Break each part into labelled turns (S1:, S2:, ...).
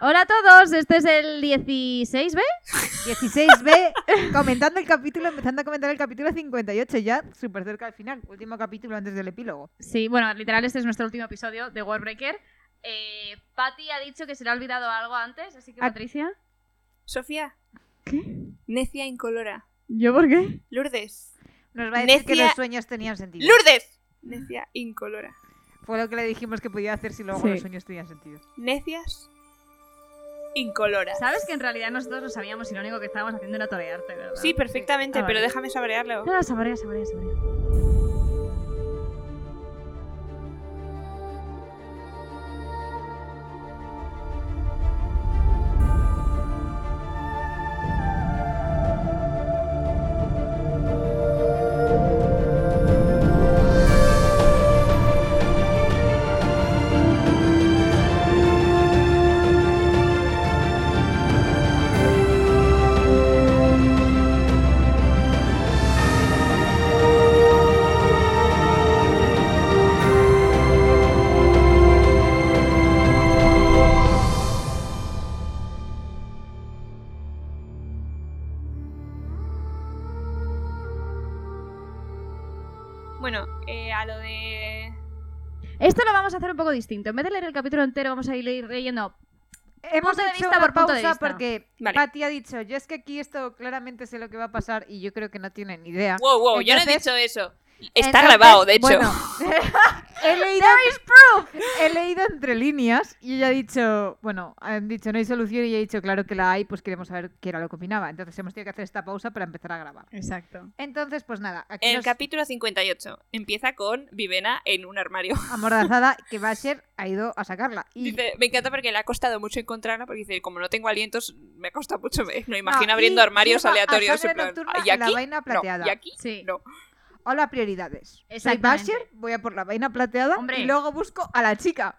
S1: Hola a todos, este es el 16B.
S2: 16B, comentando el capítulo, empezando a comentar el capítulo 58, ya súper cerca al final, último capítulo antes del epílogo.
S1: Sí, bueno, literal, este es nuestro último episodio de Warbreaker. Eh, Patty ha dicho que se le ha olvidado algo antes, así que
S2: Ah.
S1: Patricia.
S3: Sofía,
S1: ¿Qué?
S3: necia incolora.
S1: ¿Yo por qué?
S3: Lourdes.
S2: Nos va a decir que
S3: Necia-
S2: los sueños tenían sentido.
S3: ¡Lourdes! Necia incolora.
S2: Fue lo que le dijimos que podía hacer si luego
S1: Sí.
S2: los sueños tenían sentido.
S3: Necias incoloras.
S1: Sabes que en realidad nosotros lo sabíamos y lo único que estábamos haciendo era torearte, ¿verdad?
S3: Sí, perfectamente,
S1: Ah, vale.
S3: pero déjame saborearlo.
S1: No, no, saborea, saborea, saborea.
S3: Bueno, eh, a lo de.
S1: Esto lo vamos a hacer un poco distinto. En vez de leer el capítulo entero, vamos a ir le- leyendo.
S2: Hemos
S1: de
S2: hecho
S1: vista
S2: una
S1: por punto de
S2: pausa
S1: vista.
S2: porque
S3: Vale.
S2: Patty ha dicho, yo es que aquí esto claramente sé lo que va a pasar y yo creo que no tienen ni idea.
S3: Wow, wow, yo no he
S2: Entonces-
S3: dicho eso. Está
S2: Entonces,
S3: grabado, de hecho.
S2: Bueno, he, leído, he leído entre líneas y ella ha dicho, bueno, han dicho no hay solución y ella ha dicho, claro que la hay, pues queremos saber qué era lo que opinaba. Entonces hemos tenido que hacer esta pausa para empezar a grabar.
S1: Exacto.
S2: Entonces, pues nada, aquí
S3: El
S2: nos-
S3: capítulo 58 empieza con Vivena en un armario.
S2: amordazada que Basher ha ido a sacarla. Y
S3: Dice, me encanta porque le ha costado mucho encontrarla porque dice, como no tengo alientos, me costado mucho. Me no, imagino
S2: No,
S3: abriendo
S2: Ah, y
S3: armarios
S2: lleva a
S3: aleatorios.
S2: Sangre
S3: en plan,
S2: Nocturna
S3: ¿Y
S2: y la
S3: aquí?
S2: vaina
S3: No,
S2: plateada.
S3: ¿Y aquí?
S1: Sí.
S3: No.
S2: hola, prioridades. Soy
S1: Exactamente.
S2: Basher, voy a por la vaina plateada
S1: Hombre.
S2: y luego busco a la chica.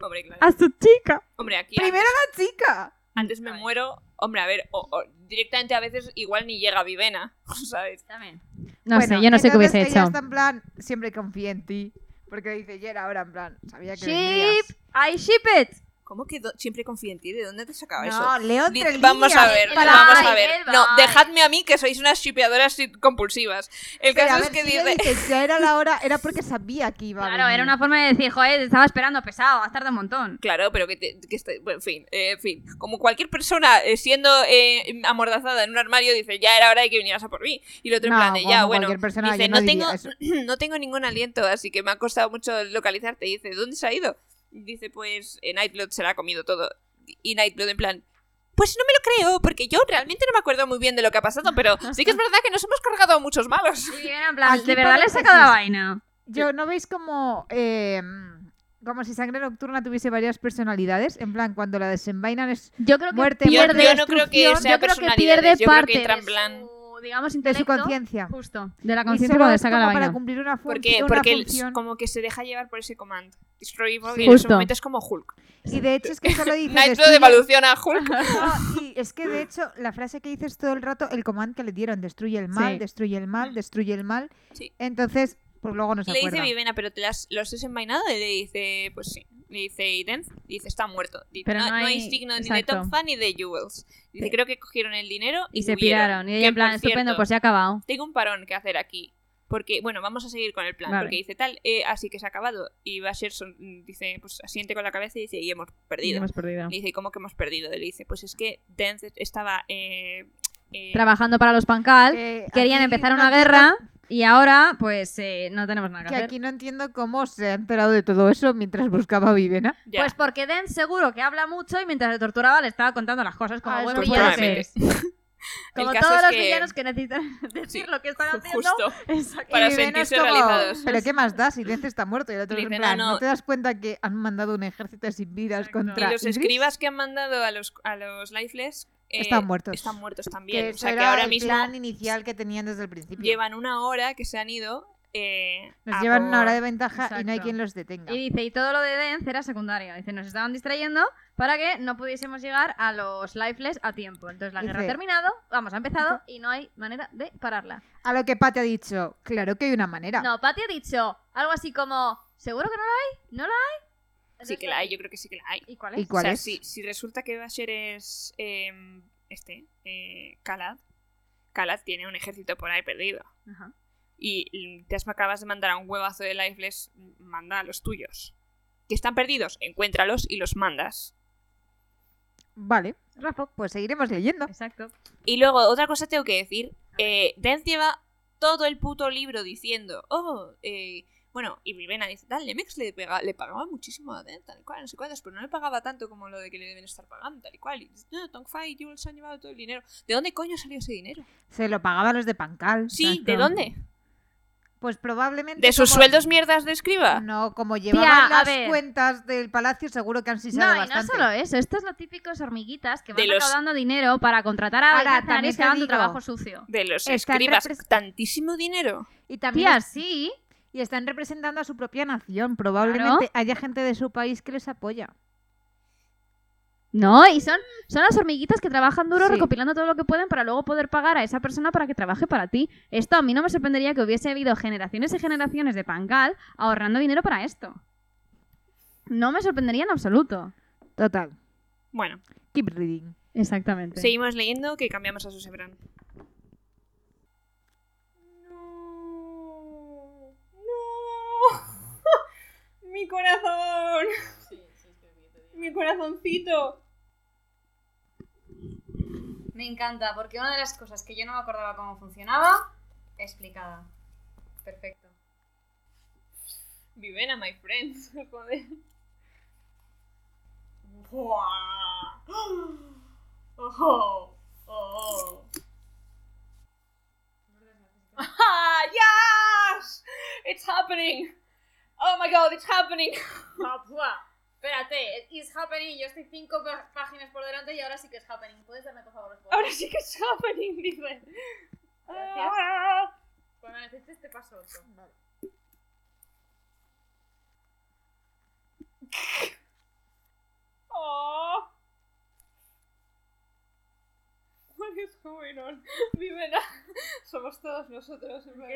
S3: Hombre, claro.
S1: A su chica.
S3: Hombre, aquí
S2: Primero la chica.
S3: antes me
S1: A ver.
S3: muero. Hombre, a ver, o- o directamente a veces igual ni llega Vivena, ¿sabes?
S1: También. No
S2: Bueno,
S1: sé, yo no sé qué
S2: entonces
S1: hubiese
S2: Ella
S1: hecho.
S2: está en plan, siempre confía en ti. Porque dice, y era ahora en plan, sabía que vendrías.
S1: Ship, I ship it.
S3: ¿Cómo que do- siempre confío en ti? ¿De dónde te sacaba eso?
S2: No, leo
S3: Di-
S2: entre
S3: Vamos a
S2: líneas.
S3: ver,
S1: El
S3: vamos a
S1: vibe,
S3: ver.
S1: el
S3: No,
S1: vibe.
S3: dejadme a mí que sois unas shipeadoras si- compulsivas. El
S2: Pero
S3: caso
S2: a
S3: es
S2: ver,
S3: que
S2: si ella
S3: dice,
S2: dice, ya era la hora, era porque sabía que iba a
S1: Claro,
S2: venir.
S1: era una forma de decir, joder, te estaba esperando pesado, has tardado un montón.
S3: Claro, pero que, te- que este- bueno, en fin, eh, en fin, como cualquier persona eh, siendo eh, amordazada en un armario dice, ya era hora de que vinieras a por mí. Y el otro en
S2: No,
S3: plan de, ya,
S2: como
S3: bueno,
S2: cualquier persona,
S3: dice,
S2: yo no
S3: no, tengo,
S2: diría eso".
S3: no tengo ningún aliento, así que me ha costado mucho localizarte. Y dice, ¿dónde se ha ido? Y dice, pues en Nightblood se la ha comido todo. Y Nightblood en plan, pues no me lo creo, porque yo realmente no me acuerdo muy bien de lo que ha pasado, pero sí que es verdad que nos hemos cargado a muchos malos.
S1: Y bien, en plan,
S2: Aquí
S1: de verdad le he
S2: paréntesis.
S1: sacado la vaina.
S2: Yo, ¿no veis como... eh, como si Sangre Nocturna tuviese varias personalidades? En plan, cuando la desenvainan es
S1: Yo creo que
S2: Muerte,
S3: Yo,
S1: pierde,
S2: muerte,
S3: yo no creo que
S2: destrucción.
S3: sea
S1: yo creo que
S3: personalidades,
S1: pierde
S3: yo creo
S1: parte
S3: que entra en
S1: de
S3: plan...
S1: su, digamos,
S2: de su
S1: intelecto.
S2: conciencia.
S1: Justo, de la
S2: Y
S1: conciencia
S2: solo
S1: cuando le
S2: es
S1: saca la
S2: como para
S1: vaina.
S2: cumplir una, fun-
S3: Porque,
S2: una
S3: porque él
S2: función.
S3: como que se deja llevar por ese comando. Destroy Evil,
S1: Sí.
S3: y en ese
S1: Justo.
S3: momento es como Hulk.
S2: Y de hecho es que solo dice...
S3: Nightblood evoluciona a Hulk.
S2: No, y es que de hecho la frase que dices todo el rato, el comando que le dieron, destruye el mal,
S1: Sí.
S2: destruye el mal, destruye el mal.
S3: Mm. Sí.
S2: Entonces, pues luego no se
S3: Le dice
S2: acuerda.
S3: Vivena, pero te las, los has envainado y le dice, pues sí. Le dice Irene, dice, está muerto. Dice,
S1: Pero
S3: no,
S1: no
S3: no hay
S1: hay-
S3: signo ni de
S1: exacto.
S3: Top Fan ni de Jewels. Dice, creo que cogieron el dinero y,
S1: Y se
S3: huyeron.
S1: piraron. Y
S3: Que,
S1: ella en plan,
S3: por
S1: estupendo,
S3: cierto,
S1: pues se ha acabado.
S3: Tengo un parón que hacer aquí. Porque, bueno, vamos a seguir con el plan.
S1: Vale.
S3: Porque dice tal, eh, así que se ha acabado. Y Basher son- dice, pues asiente con la cabeza y dice, y hemos perdido.
S1: perdido.
S3: Le dice, ¿cómo que hemos perdido? Y le dice, pues es que Dance estaba... eh, eh,
S1: Trabajando para los Pancal,
S2: Eh,
S1: querían
S2: aquí
S1: empezar
S2: no
S1: una
S2: entiendo-
S1: guerra y ahora, pues, eh, no tenemos nada que,
S2: Que
S1: hacer.
S2: aquí no entiendo cómo se ha enterado de todo eso mientras buscaba a ¿eh? Vivena.
S3: ya.
S1: Pues porque Den seguro que habla mucho y mientras le torturaba le estaba contando las cosas como
S2: Ah,
S1: buen
S2: eso
S3: Pues
S1: villano que
S3: probablemente.
S1: eres. Como
S3: El caso
S1: todos
S3: es
S1: los
S3: que-
S1: villanos que necesitan decir lo que están haciendo.
S3: Justo.
S1: Exacto.
S3: Para
S2: Y Vivena es
S3: sentirse
S2: como,
S3: realizados.
S2: Pero ¿qué más da si Dence está muerto? Y el otro
S3: Dice,
S2: en plan,
S3: "No,
S2: no,
S3: no".
S2: te das cuenta que han mandado un ejército sin vidas
S1: Exacto.
S2: contra
S3: Y los
S2: Idris?".
S3: escribas que han mandado a los, a los lifeless... eh,
S2: Están muertos.
S3: Están muertos también.
S2: Que
S3: o sea,
S2: ese
S3: que
S2: era
S3: ahora
S2: el
S3: mismo
S2: plan inicial que tenían desde el principio.
S3: llevan una hora que se han ido... eh,
S2: Nos
S3: a
S2: llevan
S3: por-
S2: una hora de ventaja y no hay
S1: Exacto.
S2: quien los detenga.
S1: Y dice, y todo lo de Dance era secundario. Dice, nos estaban distrayendo para que no pudiésemos llegar a los lifeless a tiempo. Entonces la guerra ha
S2: Dice-
S1: terminado, vamos, ha empezado y no hay manera de pararla.
S2: A lo que Pat ha dicho, claro que hay una manera.
S1: No, Patty ha dicho algo así como, ¿seguro que no la hay? ¿No la hay?
S3: Sí que la hay, yo creo que sí que la hay.
S1: ¿Y cuál
S2: ¿Y
S1: es?
S2: cuál
S3: o sea,
S2: es?
S3: Si, si resulta que Bashir es em, este, eh, Khalad, Khalad tiene un ejército por ahí perdido.
S1: Ajá.
S3: Y mm, te has- me acabas de mandar a un huevazo de lifeless, mm, manda a los tuyos. Que están perdidos, encuéntralos y los mandas.
S2: Vale,
S1: Rafa.
S2: pues seguiremos leyendo.
S1: Exacto.
S3: Y luego, otra cosa tengo que decir. Eh, Dance lleva todo el puto libro diciendo, oh, eh, bueno, y Vivena dice, tal, Lemex le, pega- le pagaba muchísimo a Dance, tal y cual, no sé cuántos, pero no le pagaba tanto como lo de que le deben estar pagando, tal y cual. Y dice, no, Tongfai y Jules han llevado todo el dinero. ¿De dónde coño salió ese dinero?
S2: Se lo pagaba a los de Pancal.
S3: Sí,
S2: Exacto.
S3: ¿de dónde?
S2: Pues probablemente.
S3: ¿De sus
S2: como-
S3: sueldos mierdas de escriba?
S2: No, como
S1: Tía,
S2: llevaban
S1: a ver.
S2: las cuentas del palacio, seguro que han sisado
S1: No, y no
S2: bastante.
S1: solo eso, estos los típicos hormiguitas que van
S3: De los-
S1: recaudando dinero para contratar a
S2: Ahora,
S1: mercenarios
S2: también
S1: que
S2: te
S1: hagan tu
S2: digo.
S1: trabajo sucio.
S3: De los
S2: Están
S3: escribas,
S2: repres-
S3: tantísimo dinero.
S2: Y también
S1: Tía, sí.
S2: Y están representando a su propia nación. Probablemente haya gente de su país que les apoya.
S1: No, y son, son las hormiguitas que trabajan duro
S2: Sí.
S1: recopilando todo lo que pueden para luego poder pagar a esa persona para que trabaje para ti. Esto a mí no me sorprendería que hubiese habido generaciones y generaciones de pangal ahorrando dinero para esto. No me sorprendería en absoluto.
S2: Total.
S3: Bueno,
S2: Keep reading.
S1: Exactamente.
S3: seguimos leyendo que cambiamos a Susebran. No, no, mi corazón, mi corazoncito.
S4: Me encanta, porque una de las cosas que yo no me acordaba cómo funcionaba, explicada. Perfecto.
S3: Vivena, my friends, joder. Buah. Ojo, ojo. Ah, yes! It's happening! Oh my god, it's happening!
S4: Espérate, it's happening. Yo estoy cinco pá- páginas por delante y ahora sí que es happening. ¿Puedes darme, por favor, los
S3: Ahora sí que it's happening, dice. Ah.
S4: Cuando necesites te paso otro.
S3: Oh. What is going on? Vivena, somos todos nosotros. en plan,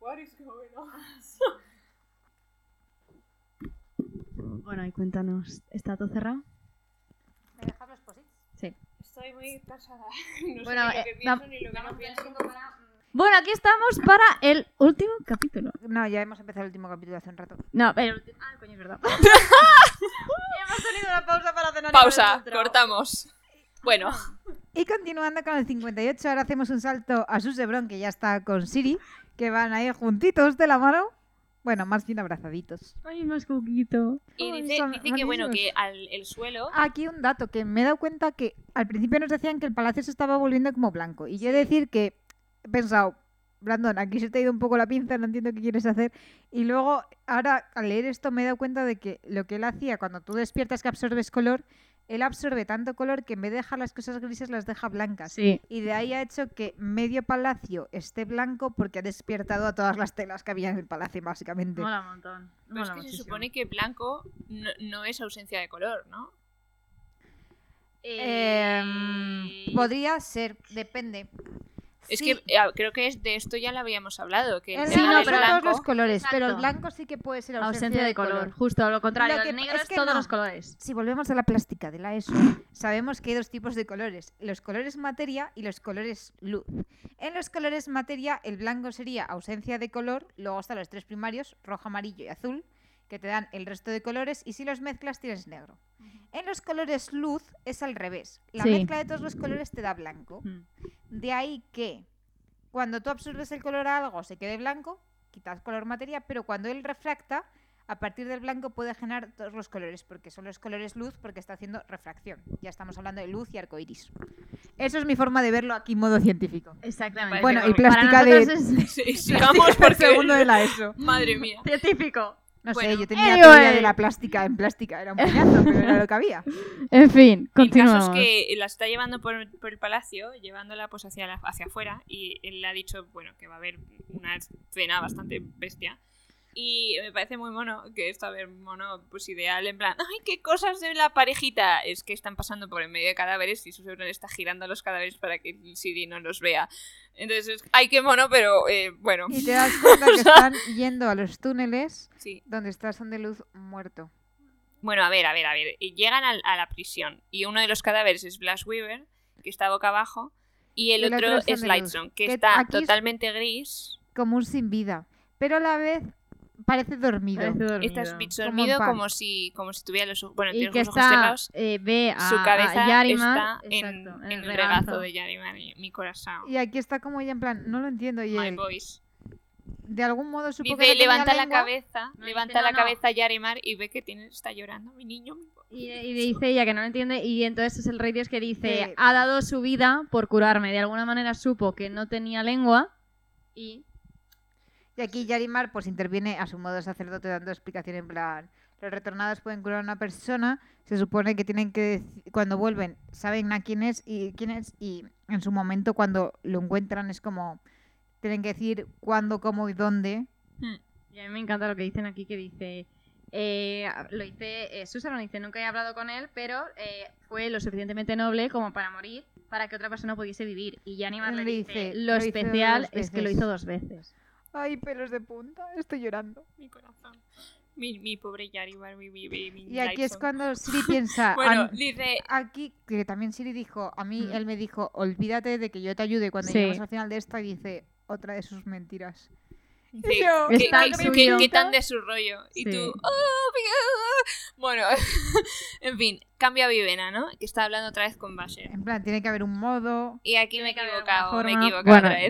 S3: What is going on?
S1: Ah, Bueno, y cuéntanos, ¿está todo cerrado? Sí.
S3: Estoy muy cansada. No
S1: Bueno,
S3: sé ni lo
S1: eh,
S3: que pienso
S1: va-
S3: ni lo que no pienso.
S1: Bueno, aquí estamos para el último capítulo.
S2: No, ya hemos empezado el último capítulo hace un rato.
S1: No, pero... Ah, coño, es verdad.
S2: Hemos tenido una pausa para cenar.
S3: Pausa, cortamos. Bueno,
S1: Ah,
S2: Y continuando con el 58, ahora hacemos un salto a Susebron, que ya está con Siri, que van ahí juntitos de la mano. Bueno, más bien abrazaditos.
S1: Ay, más coquito.
S3: y
S2: Ay,
S3: dice,
S2: son
S3: dice que bueno, que
S2: buenísimos.
S3: al el suelo.
S1: Ah,
S2: Aquí un dato que me he dado cuenta que al principio nos decían que el palacio se estaba volviendo como blanco. Y yo he de decir que he pensado, Brandon, aquí se te ha ido un poco la pinza, no entiendo qué quieres hacer. Y luego, ahora al leer esto, me he dado cuenta de que lo que él hacía cuando tú despiertas que absorbes color, él absorbe tanto color que en vez de dejar las cosas grises, las deja blancas.
S1: Sí.
S2: Y de ahí ha hecho que medio palacio esté blanco porque ha despiertado a todas las telas que había en el palacio, básicamente.
S1: Mola un montón.
S3: Pero es que se supone que blanco no, no es ausencia de color, ¿no?
S2: Em,
S3: Eh,
S2: podría ser, depende.
S3: Es
S2: Sí,
S3: que eh, creo que es de esto ya lo habíamos hablado. Que el
S2: El
S1: Sí,
S3: tema
S1: Eh, no,
S2: negro
S3: del
S1: pero
S2: son todos
S3: blanco.
S2: los colores, pero el
S1: Exacto.
S2: blanco sí que puede ser
S1: Ausencia, de color. Justo lo contrario.
S2: Lo que
S1: el negro
S2: es
S1: es
S2: que
S1: todos
S2: no.
S1: los colores.
S2: Si volvemos a la plástica de la ESO, sabemos que hay dos tipos de colores, los colores materia y los colores luz. En los colores materia, el blanco sería ausencia de color, luego están los tres primarios, rojo, amarillo y azul, que te dan el resto de colores, y si los mezclas tienes negro. En los colores luz es al revés, la
S1: Sí.
S2: mezcla de todos los colores te da blanco.
S1: Mm.
S2: De ahí que cuando tú absorbes el color a algo se quede blanco, quitas color materia, pero cuando él refracta, a partir del blanco puede generar todos los colores, porque son los colores luz, porque está haciendo refracción. Ya estamos hablando de luz y arcoiris. Eso es mi forma de verlo aquí en modo científico.
S1: Exactamente.
S3: Parece
S2: Bueno, y
S3: como-
S2: plástica
S1: nosotros
S2: de...
S1: es
S3: Sí, sigamos
S2: por
S3: porque...
S2: segundo de la ESO.
S3: Madre mía.
S1: científico.
S2: No
S3: Bueno.
S2: sé, yo tenía
S1: Anyway.
S2: teoría de la plástica en plástica, era un payaso, pero era lo que había.
S1: En fin,
S3: El
S1: continuamos.
S3: caso es que la está llevando por, por el palacio, llevándola pues hacia, la- hacia afuera, y él le ha dicho, bueno, que va a haber una escena bastante bestia. Y me parece muy mono que esto, a ver, mono, pues ideal, en plan, ¡ay, qué cosas de la parejita! Es que están pasando por en medio de cadáveres y Susan está girando los cadáveres para que Siri no los vea. Entonces, es- ¡ay, qué mono! Pero, eh, bueno,
S2: Y te das cuenta que están yendo a los túneles
S3: sí.
S2: donde está Son de Luz muerto.
S3: Bueno, a ver, a ver, a ver. Y Llegan al- a, la prisión y uno de los cadáveres es Blas Weaver, que está boca abajo, y el,
S2: Y el
S3: otro,
S2: otro es
S3: es
S2: Thunderous,
S3: Lightson, que,
S2: que
S3: está
S2: aquí es-
S3: totalmente gris.
S2: Como un sin vida. Pero a la vez parece dormido.
S1: Parece dormido.
S3: Está Smith
S2: Como
S3: dormido
S2: en paz.
S3: como si, como si tuviera los ojos. Bueno,
S1: y
S3: tiene
S1: que
S3: los ojos
S1: está
S3: cerrados.
S1: eh, ve a,
S3: Su cabeza
S1: a Yarima
S3: está en,
S1: exacto,
S3: en el regazo de Yarima, mi, mi corazón.
S2: Y aquí está como ella en plan, no lo entiendo. Y
S3: My
S2: él,
S3: voice.
S2: de algún modo supo que no
S3: Dice,
S2: tenía
S3: levanta la
S2: lengua.
S3: cabeza,
S1: No,
S3: levanta
S1: dice,
S3: la
S1: no, no.
S3: cabeza Yarimar y ve que tiene, está llorando, mi niño. mi-
S1: y, y dice ella que no lo entiende y entonces es el rey Dios que dice
S2: Sí.
S1: ha dado su vida por curarme de alguna manera supo que no tenía lengua y
S2: Y aquí Yarimar pues interviene a su modo de sacerdote dando explicación en plan, los retornados pueden curar a una persona, se supone que tienen que deci- cuando vuelven saben a quién es y quién es y en su momento cuando lo encuentran es como tienen que decir cuándo, cómo y dónde.
S1: Y a mí me encanta lo que dicen aquí, que dice... eh, lo dice eh, Susan, lo dice, nunca he hablado con él, pero eh, fue lo suficientemente noble como para morir, para que otra persona pudiese vivir. Y ya
S2: Él
S1: le
S2: le
S1: dice,
S2: dice,
S1: lo,
S2: "Lo hizo
S1: especial
S2: dos
S1: es que lo
S2: veces".
S1: hizo dos veces.
S2: Ay, pelos de punta, estoy llorando.
S3: mi corazón. Mi, mi pobre Yarimar, mi, mi, mi, mi
S2: Y aquí es
S3: Lightson.
S2: cuando Siri piensa,
S3: Bueno,
S2: "Ah,
S3: dice,
S2: aquí que también Siri dijo, a mí
S1: Mm.
S2: él me dijo, olvídate de que yo te ayude cuando
S1: Sí.
S2: llegamos al final de esta y dice otra de sus mentiras.
S3: dice,
S2: yo,
S3: que,
S1: Está
S3: que-
S1: suyo.
S3: que- que tan de su rollo. Y
S1: Sí.
S3: tú, "Oh, mi- ah". bueno, en fin, cambia a Vivena, ¿no? Que está hablando otra vez con Basher.
S2: En plan, tiene que haber un modo.
S3: Y aquí me
S1: Tiene
S3: he
S1: que haber
S3: equivocado,
S1: alguna
S3: me he
S1: forma.
S3: equivocado
S1: Bueno.
S3: otra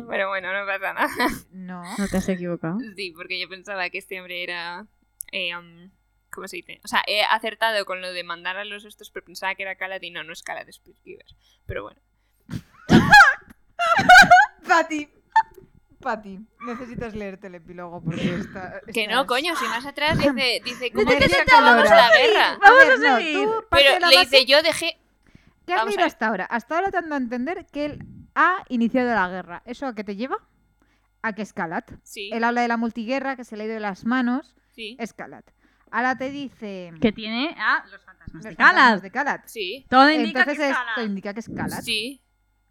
S3: vez. Pero bueno, no pasa nada.
S2: No.
S1: ¿No te has equivocado?
S3: Sí, porque yo pensaba que este hombre era. eh, um, ¿Cómo se dice? O sea, he acertado con lo de mandar a los estos, pero pensaba que era Calat y no, no es Calat, es Speargiver. Pero bueno.
S2: Pati. Pati, necesitas leerte el epílogo porque está.
S1: Pues
S3: Que no, coño, si más atrás dice, dice ¿cómo
S2: Dice que
S3: crees que
S2: se acabó
S3: acabamos
S2: la
S3: la guerra?
S1: Vamos
S2: ver,
S1: a
S2: no,
S1: seguir.
S2: tú parte de
S3: Pero
S2: la
S3: le
S2: base
S3: dice, yo dejé.
S2: que has
S3: vamos a
S2: leído
S3: ver.
S2: hasta ahora. Hasta ahora te han dado a entender que él ha iniciado la guerra. ¿Eso a qué te lleva? A que escalat.
S3: Sí,
S2: Él habla de la multiguerra que se le ha ido de las manos.
S3: sí,
S2: Escalat. Ahora te dice.
S1: Que tiene a los fantasmas
S2: los
S1: de
S2: fantasmas
S1: Calas.
S2: De Calat.
S3: sí,
S1: Todo indica
S2: Entonces
S1: que es
S2: esto
S1: Calas.
S2: indica que es Calat.
S3: sí.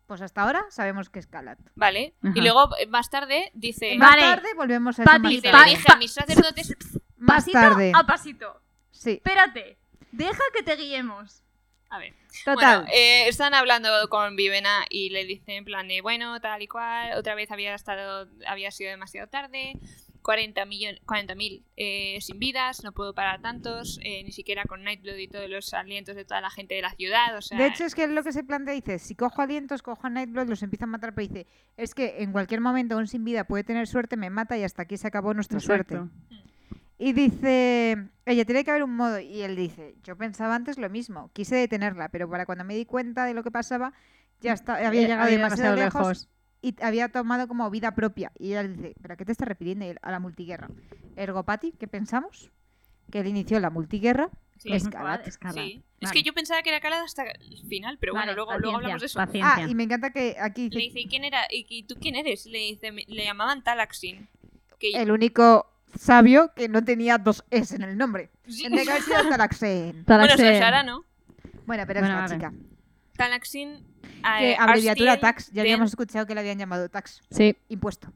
S2: Pues hasta ahora sabemos que es Calat.
S3: Vale.
S1: Ajá.
S3: Y luego, eh, más tarde, dice.
S1: Va-
S2: Más
S1: Vale.
S2: tarde volvemos a eso.
S1: Pati,
S2: más
S3: Dice,
S1: pa-
S3: le
S2: tarde.
S3: dije a mis sacerdotes.
S2: Más
S1: pasito
S2: tarde.
S1: a pasito.
S2: Sí.
S1: Espérate, deja que te guiemos.
S3: A ver.
S2: Total.
S3: Bueno, eh, están hablando con Vivena y le dicen en plan de, bueno, tal y cual, otra vez había, estado, había sido demasiado tarde, 40 millones 40.000 eh, sin vidas, no puedo parar tantos, eh, ni siquiera con Nightblood y todos los alientos de toda la gente de la ciudad, o sea...
S2: De hecho, es que lo que se plantea dice, si cojo alientos, cojo a Nightblood, los empieza a matar, pero dice, es que en cualquier momento un sin vida puede tener suerte, me mata y hasta aquí se acabó nuestra suerte. Y dice, ella tiene que haber un modo. Y él dice, yo pensaba antes lo mismo, quise detenerla, pero para cuando me di cuenta de lo que pasaba, ya está, había
S1: Eh,
S2: llegado
S1: había
S2: demasiado,
S1: demasiado
S2: lejos, y t- había tomado como vida propia. Y ella dice, ¿pero a qué te estás refiriendo? Y él, a la multiguerra. Ergopati, ¿qué pensamos? Que él inició la multiguerra.
S3: Sí,
S2: es
S1: Con lo cual,
S2: Calat.
S1: es Calat.
S3: sí. Es
S1: Vale.
S3: que yo pensaba que era calada hasta el final, pero bueno,
S1: Vale,
S3: luego, luego
S1: paciencia,
S3: hablamos de eso.
S2: Ah,
S1: Paciencia.
S2: y me encanta que aquí
S3: Le
S2: dice,
S3: dice, ¿y quién era? ¿Y, y tú quién eres? Le dice, "Me- le llamaban Talaxin. Que
S2: el único sabio que no tenía dos S en el nombre.
S3: Sí.
S2: Tendría que haber sido Talaxen.
S3: Bueno,
S1: Talaxen.
S3: Sashara, ¿no?
S2: Bueno, pero
S1: Bueno,
S2: es
S1: vale.
S2: una chica.
S3: Talaxin...
S2: Que
S3: eh,
S2: abreviatura
S3: Arstiel,
S2: tax. Ya
S3: Ben-
S2: habíamos escuchado que le habían llamado tax.
S1: Sí.
S2: Impuesto.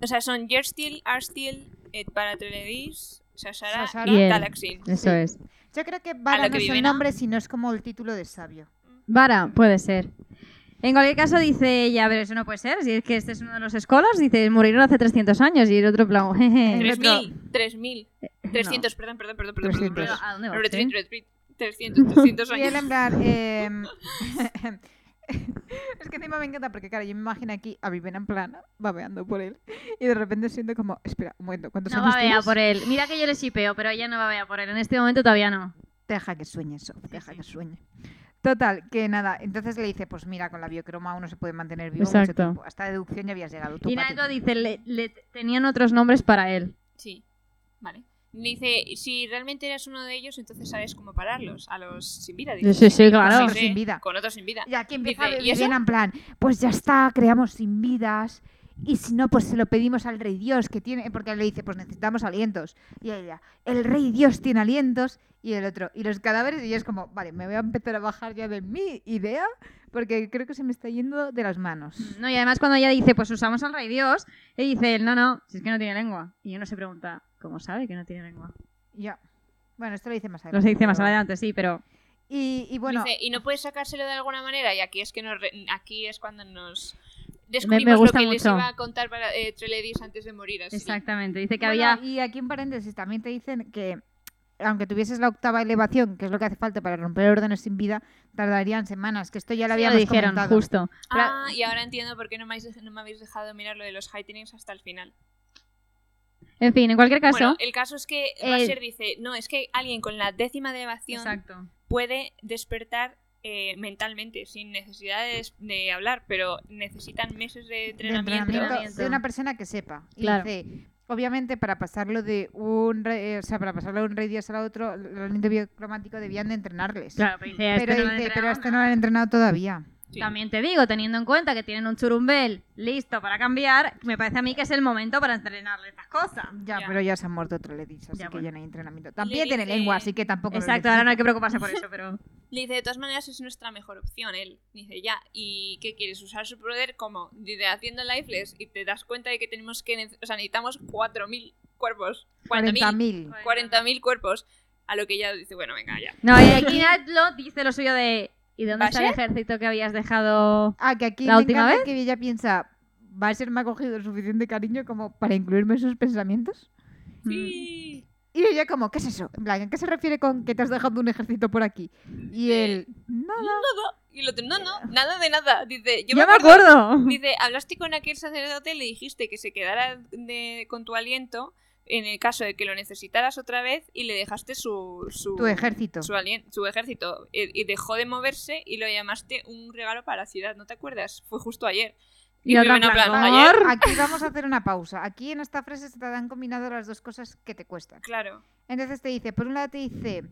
S3: O sea, son Yersteel, Arsteel, Et Paratreledis, Sashara
S2: Sashara.
S1: Y
S3: y
S1: él.
S3: Talaxin.
S1: Eso es.
S2: Yo creo que
S3: A
S2: Vara
S3: lo
S2: no
S3: que
S2: es
S3: vive,
S2: el
S3: ¿no?
S2: nombre, sino es como el título de sabio.
S1: Vara, puede ser. En cualquier caso dice ella, pero eso no puede ser, si es que este es uno de los escolas, dice, murieron hace 300 años y el otro en plan, jeje.
S2: El otro-
S3: 3.000, 3.000, 300, perdón, perdón, perdón, perdón, perdón,
S1: Pero,
S3: perdón.
S1: ¿A dónde va ¿Eh?
S3: Retreat,
S1: usted?
S3: retreat, 300, 300
S2: Ah, Y él en
S3: años.
S2: plan, em, es que encima me encanta porque, claro, yo me imagino aquí a Vivena en plan, babeando por él. Y de repente siento como, espera, un momento, ¿cuántos
S1: No
S2: años
S1: va a
S2: tienes?
S1: por él. Mira que yo le shipeo, pero ella no va a por él. En este momento todavía no.
S2: Deja que sueñe eso, deja
S1: sí.
S2: que sueñe. Total, que nada, entonces le dice, pues mira, con la biocroma uno se puede mantener vivo mucho
S1: Exacto.
S2: tiempo. Hasta deducción ya habías llegado tú,
S1: Y
S2: Pati.
S1: Naito dice, le, le- tenían otros nombres para él.
S3: Sí, vale. Dice, si realmente eres uno de ellos, entonces sabes cómo pararlos, a los sin vida. Dice,
S1: Sí, sí,
S3: Con
S1: claro.
S3: otros
S2: Sin vida.
S3: Con otros sin vida.
S2: Y aquí empieza
S3: Dice,
S2: a
S3: ¿y eso?
S2: en plan, pues ya está, creamos sin vidas. Y si no, pues se lo pedimos al rey Dios que tiene, porque él le dice, pues necesitamos alientos. Y ella, el rey Dios tiene alientos. Y el otro, y los cadáveres, y yo es como, vale, me voy a empezar a bajar ya de mi idea, porque creo que se me está yendo de las manos.
S1: No, y además cuando ella dice, pues usamos al rey Dios, y dice él, no, no, si es que no tiene lengua. Y uno se pregunta, ¿cómo sabe que no tiene lengua?
S2: Ya. Bueno, esto lo dice más adelante.
S1: Lo se dice más
S2: pero-
S1: adelante, sí, pero
S2: Y, y bueno,
S3: Dice, y no puedes sacárselo de alguna manera. Y aquí es que nos re- aquí es cuando nos
S1: me
S3: descubrimos
S1: gusta
S3: lo que les
S1: mucho.
S3: iba a contar para eh, Treleadys antes de morir. Así.
S1: exactamente. Dice que
S2: bueno,
S1: había.
S2: y aquí en paréntesis también te dicen que aunque tuvieses la octava elevación, que es lo que hace falta para romper órdenes sin vida, tardarían semanas, que esto ya lo
S1: Sí,
S2: habíamos
S1: lo dijeron,
S2: comentado.
S1: justo. Pero-
S3: Ah, y ahora entiendo por qué no me, habéis, no me habéis dejado mirar lo de los heightenings hasta el final.
S1: En fin, en cualquier caso.
S3: Bueno, el caso es que
S1: El-
S3: Rasher dice, no, es que alguien con la décima de elevación
S1: Exacto.
S3: puede despertar eh, mentalmente, sin necesidad de, des- de hablar, pero necesitan meses de
S2: de
S3: entrenamiento.
S1: entrenamiento.
S2: de una persona que sepa. Y
S1: Claro.
S2: dice, obviamente para pasarlo de un re- eh, o sea, para pasarlo de un rey dios al otro, el aliento biocromático debían de entrenarles.
S1: Claro, pero dice,
S2: Pero
S1: "Este no lo han
S2: dice, pero
S1: entrenado
S2: este no
S1: nada".
S2: lo han entrenado todavía.
S3: Sí.
S1: También te digo, teniendo en cuenta que tienen un churumbel listo para cambiar, me parece a mí que es el momento para entrenarle estas cosas.
S2: Ya,
S3: Ya.
S2: pero ya se han muerto Treledy's, así
S1: Ya,
S2: que
S1: bueno.
S2: ya no hay entrenamiento. También tiene
S3: dice-
S2: lengua, así que tampoco lo
S1: Exacto, ahora no hay
S2: necesita.
S1: que preocuparse por eso, pero.
S3: Le dice, de todas maneras es nuestra mejor opción, él. Dice, ya, ¿y qué quieres? ¿Usar su poder como? Dice, haciendo lifeless y te das cuenta de que tenemos que, nece- o sea, necesitamos 4.000 cuerpos. 40.000.
S2: 40.000.
S3: 40.000 cuerpos. A lo que ya dice, bueno, venga, ya.
S1: No, y aquí Natlo dice lo suyo de. ¿Y dónde está el
S3: ¿Basher?
S1: ejército que habías dejado?
S2: Ah, que aquí
S1: ¿La
S2: me
S1: última
S2: encanta que ella piensa, ¿va a ser me ha cogido el suficiente cariño como para incluirme en sus pensamientos?
S1: Mm.
S3: Sí.
S2: Y ella como, ¿qué es eso? En plan, ¿a qué se refiere con que te has dejado un ejército por aquí? Y
S3: Eh,
S2: él, nada.
S3: Y el otro, no, no, nada de nada. Dice, yo
S1: ¡Ya me acuerdo!
S3: Dice, hablaste con aquel sacerdote, le dijiste que se quedara de- con tu aliento en el caso de que lo necesitaras otra vez y le dejaste su... su
S2: Tu ejército.
S3: su, alien- su ejército eh, y dejó de moverse y lo llamaste un regalo para la ciudad, ¿no te acuerdas? Fue justo ayer.
S1: Y otra
S3: Rubén en plan,
S1: plan,
S3: ayer.
S1: "Amor".
S2: Aquí vamos a hacer una pausa. Aquí en esta frase se te han combinado las dos cosas que te cuestan.
S3: Claro.
S2: Entonces te dice, por un lado te dice,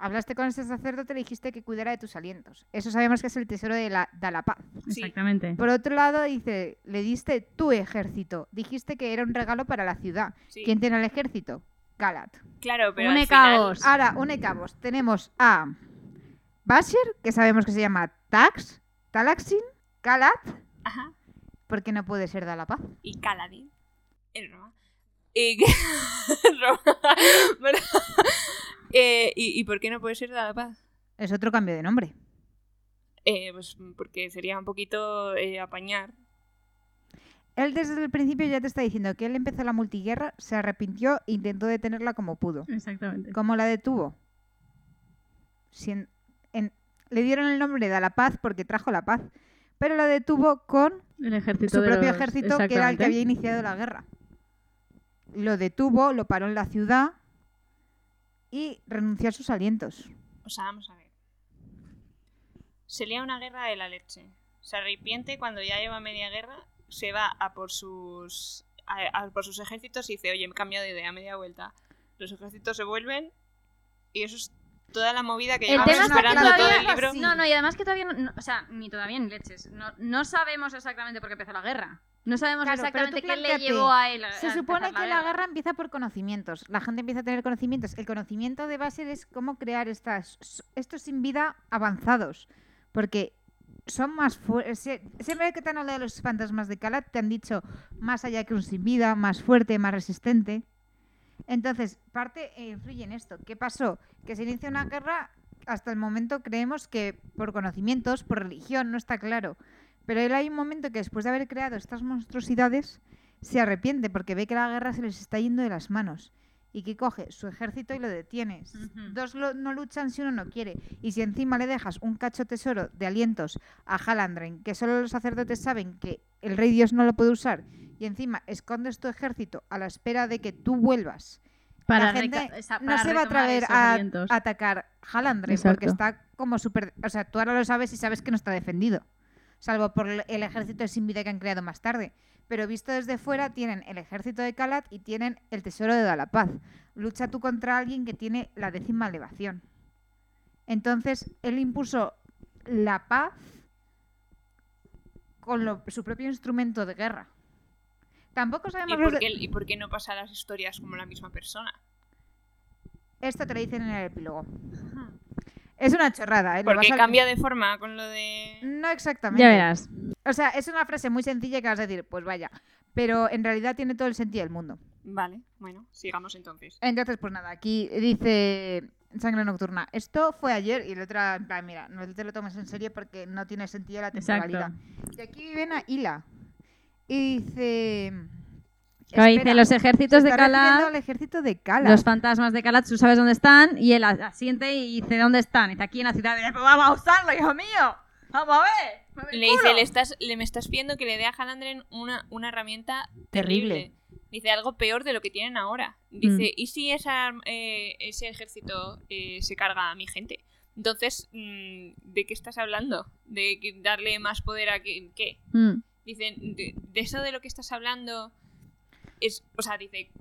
S2: hablaste con ese sacerdote, le dijiste que cuidara de tus alientos. Eso sabemos que es el tesoro de la, de la paz.
S3: Sí.
S1: Exactamente.
S2: Por otro lado dice, le diste tu ejército. Dijiste que era un regalo para la ciudad.
S3: Sí.
S2: ¿Quién tiene el ejército? Galat.
S3: Claro, pero
S1: Une
S3: al final-
S1: caos.
S2: Ahora, une cabos. Tenemos a Basher, que sabemos que se llama Tax, Talaxin, Galat,
S3: Ajá.
S2: porque no puede ser Dalapaz.
S3: Y Caladín. En Roma. Y... en Roma. Bueno. Eh, ¿y, y por qué no puede ser de la paz?
S2: Es otro cambio de nombre.
S3: Eh, pues porque sería un poquito eh, apañar.
S2: Él desde el principio ya te está diciendo que él empezó la multiguerra, se arrepintió e intentó detenerla como pudo.
S1: Exactamente.
S2: ¿Cómo la detuvo? Si en- en- le dieron el nombre de Dalapaz porque trajo la paz, pero la detuvo con
S1: El ejército
S2: su
S1: de
S2: propio
S1: los-
S2: ejército, que era el que
S1: Exactamente.
S2: había iniciado la guerra. Lo detuvo, lo paró en la ciudad y renunció a sus alientos.
S3: O sea, vamos a ver. Sería una guerra de la leche. Se arrepiente cuando ya lleva media guerra, se va a por sus a, a por sus ejércitos y dice, oye, me he cambiado de idea, media vuelta. Los ejércitos se vuelven y eso es toda la movida que
S1: El
S3: llevamos
S1: tema es que
S3: esperando todo
S1: todavía
S3: el libro.
S2: Sí.
S1: No, no, y además que todavía no, no- o sea, ni todavía ni leches. No, no sabemos exactamente por qué empezó la guerra. No sabemos
S2: Claro, pero
S1: exactamente
S2: tú
S1: qué le
S2: plantéate,
S1: llevó a él. a- a
S2: Se
S1: empezar
S2: supone que la
S1: guerra.
S2: guerra empieza por conocimientos. La gente empieza a tener conocimientos. El conocimiento de base es cómo crear estas, estos sin vida avanzados. Porque son más fuertes. Siempre que te han hablado de los fantasmas de Kalat, te han dicho más allá que un sin vida, más fuerte, más resistente. Entonces, parte eh, influye en esto. ¿Qué pasó? Que se inicia una guerra, hasta el momento creemos que por conocimientos, por religión, no está claro. Pero él hay un momento que después de haber creado estas monstruosidades, se arrepiente porque ve que la guerra se les está yendo de las manos. Y que coge su ejército y lo detiene. S-
S1: Ujú.
S2: Dos lo- no luchan si uno no quiere. Y si encima le dejas un cacho tesoro de alientos a Halandren, que solo los sacerdotes saben que el rey Dios no lo puede usar, y encima escondes tu ejército a la espera de que tú vuelvas
S1: Para
S2: la gente
S1: reca- esa-
S2: no
S1: para
S2: se va a
S1: retomar
S2: atrever
S1: esos
S2: a
S1: alientos.
S2: a atacar Halandre porque
S1: Exacto.
S2: está como súper... O sea, tú ahora lo sabes y sabes que no está defendido, salvo por el el ejército de sin vida que han creado más tarde. Pero visto desde fuera, tienen el ejército de Kalat y tienen el tesoro de Dalapaz. Lucha tú contra alguien que tiene la décima elevación. Entonces, él impuso la paz con lo- su propio instrumento de guerra. Tampoco
S3: ¿Y
S2: sabemos... los
S3: por,
S2: de-
S3: qué, ¿Y por qué no pasa las historias como la misma persona?
S2: Esto te lo dicen en el epílogo. Es una chorrada, ¿eh? Lo
S3: Porque
S2: vas a-
S3: cambia de forma con lo de...
S2: No exactamente.
S1: Ya verás.
S2: O sea, es una frase muy sencilla que vas a decir, pues vaya. Pero en realidad tiene
S1: Mm.
S2: todo el sentido del mundo.
S3: Vale, bueno, sigamos entonces.
S2: Entonces, pues nada, aquí dice Sangre Nocturna. Esto fue ayer y la otra, en plan, mira, no te lo tomes en serio porque no tiene sentido la temporalidad.
S1: Exacto.
S2: Y aquí viene a Hila y dice...
S1: Ahí dice,
S2: espera,
S1: los
S2: se
S1: ejércitos de
S2: está refiriendo
S1: Calat,
S2: al ejército de Cala.
S1: los fantasmas de Calat, tú sabes dónde están, y él asiente y dice, ¿dónde están? Y dice, aquí en la ciudad. Y dice, "Pues vamos a usarlo, hijo mío. Vamos a ver. mueve el
S3: Le dice,
S1: culo".
S3: le, estás, le me estás pidiendo que le dé a Halandren una, una herramienta terrible.
S2: Terrible. Mm.
S3: Dice algo peor de lo que tienen ahora. Dice, ¿y si esa, eh, ese ejército eh, se carga a mi gente? Entonces, mm, ¿de qué estás hablando? ¿De que darle más poder a que- qué?
S1: Mm.
S3: Dice, de, de eso de lo que estás hablando? Es, o sea, dice,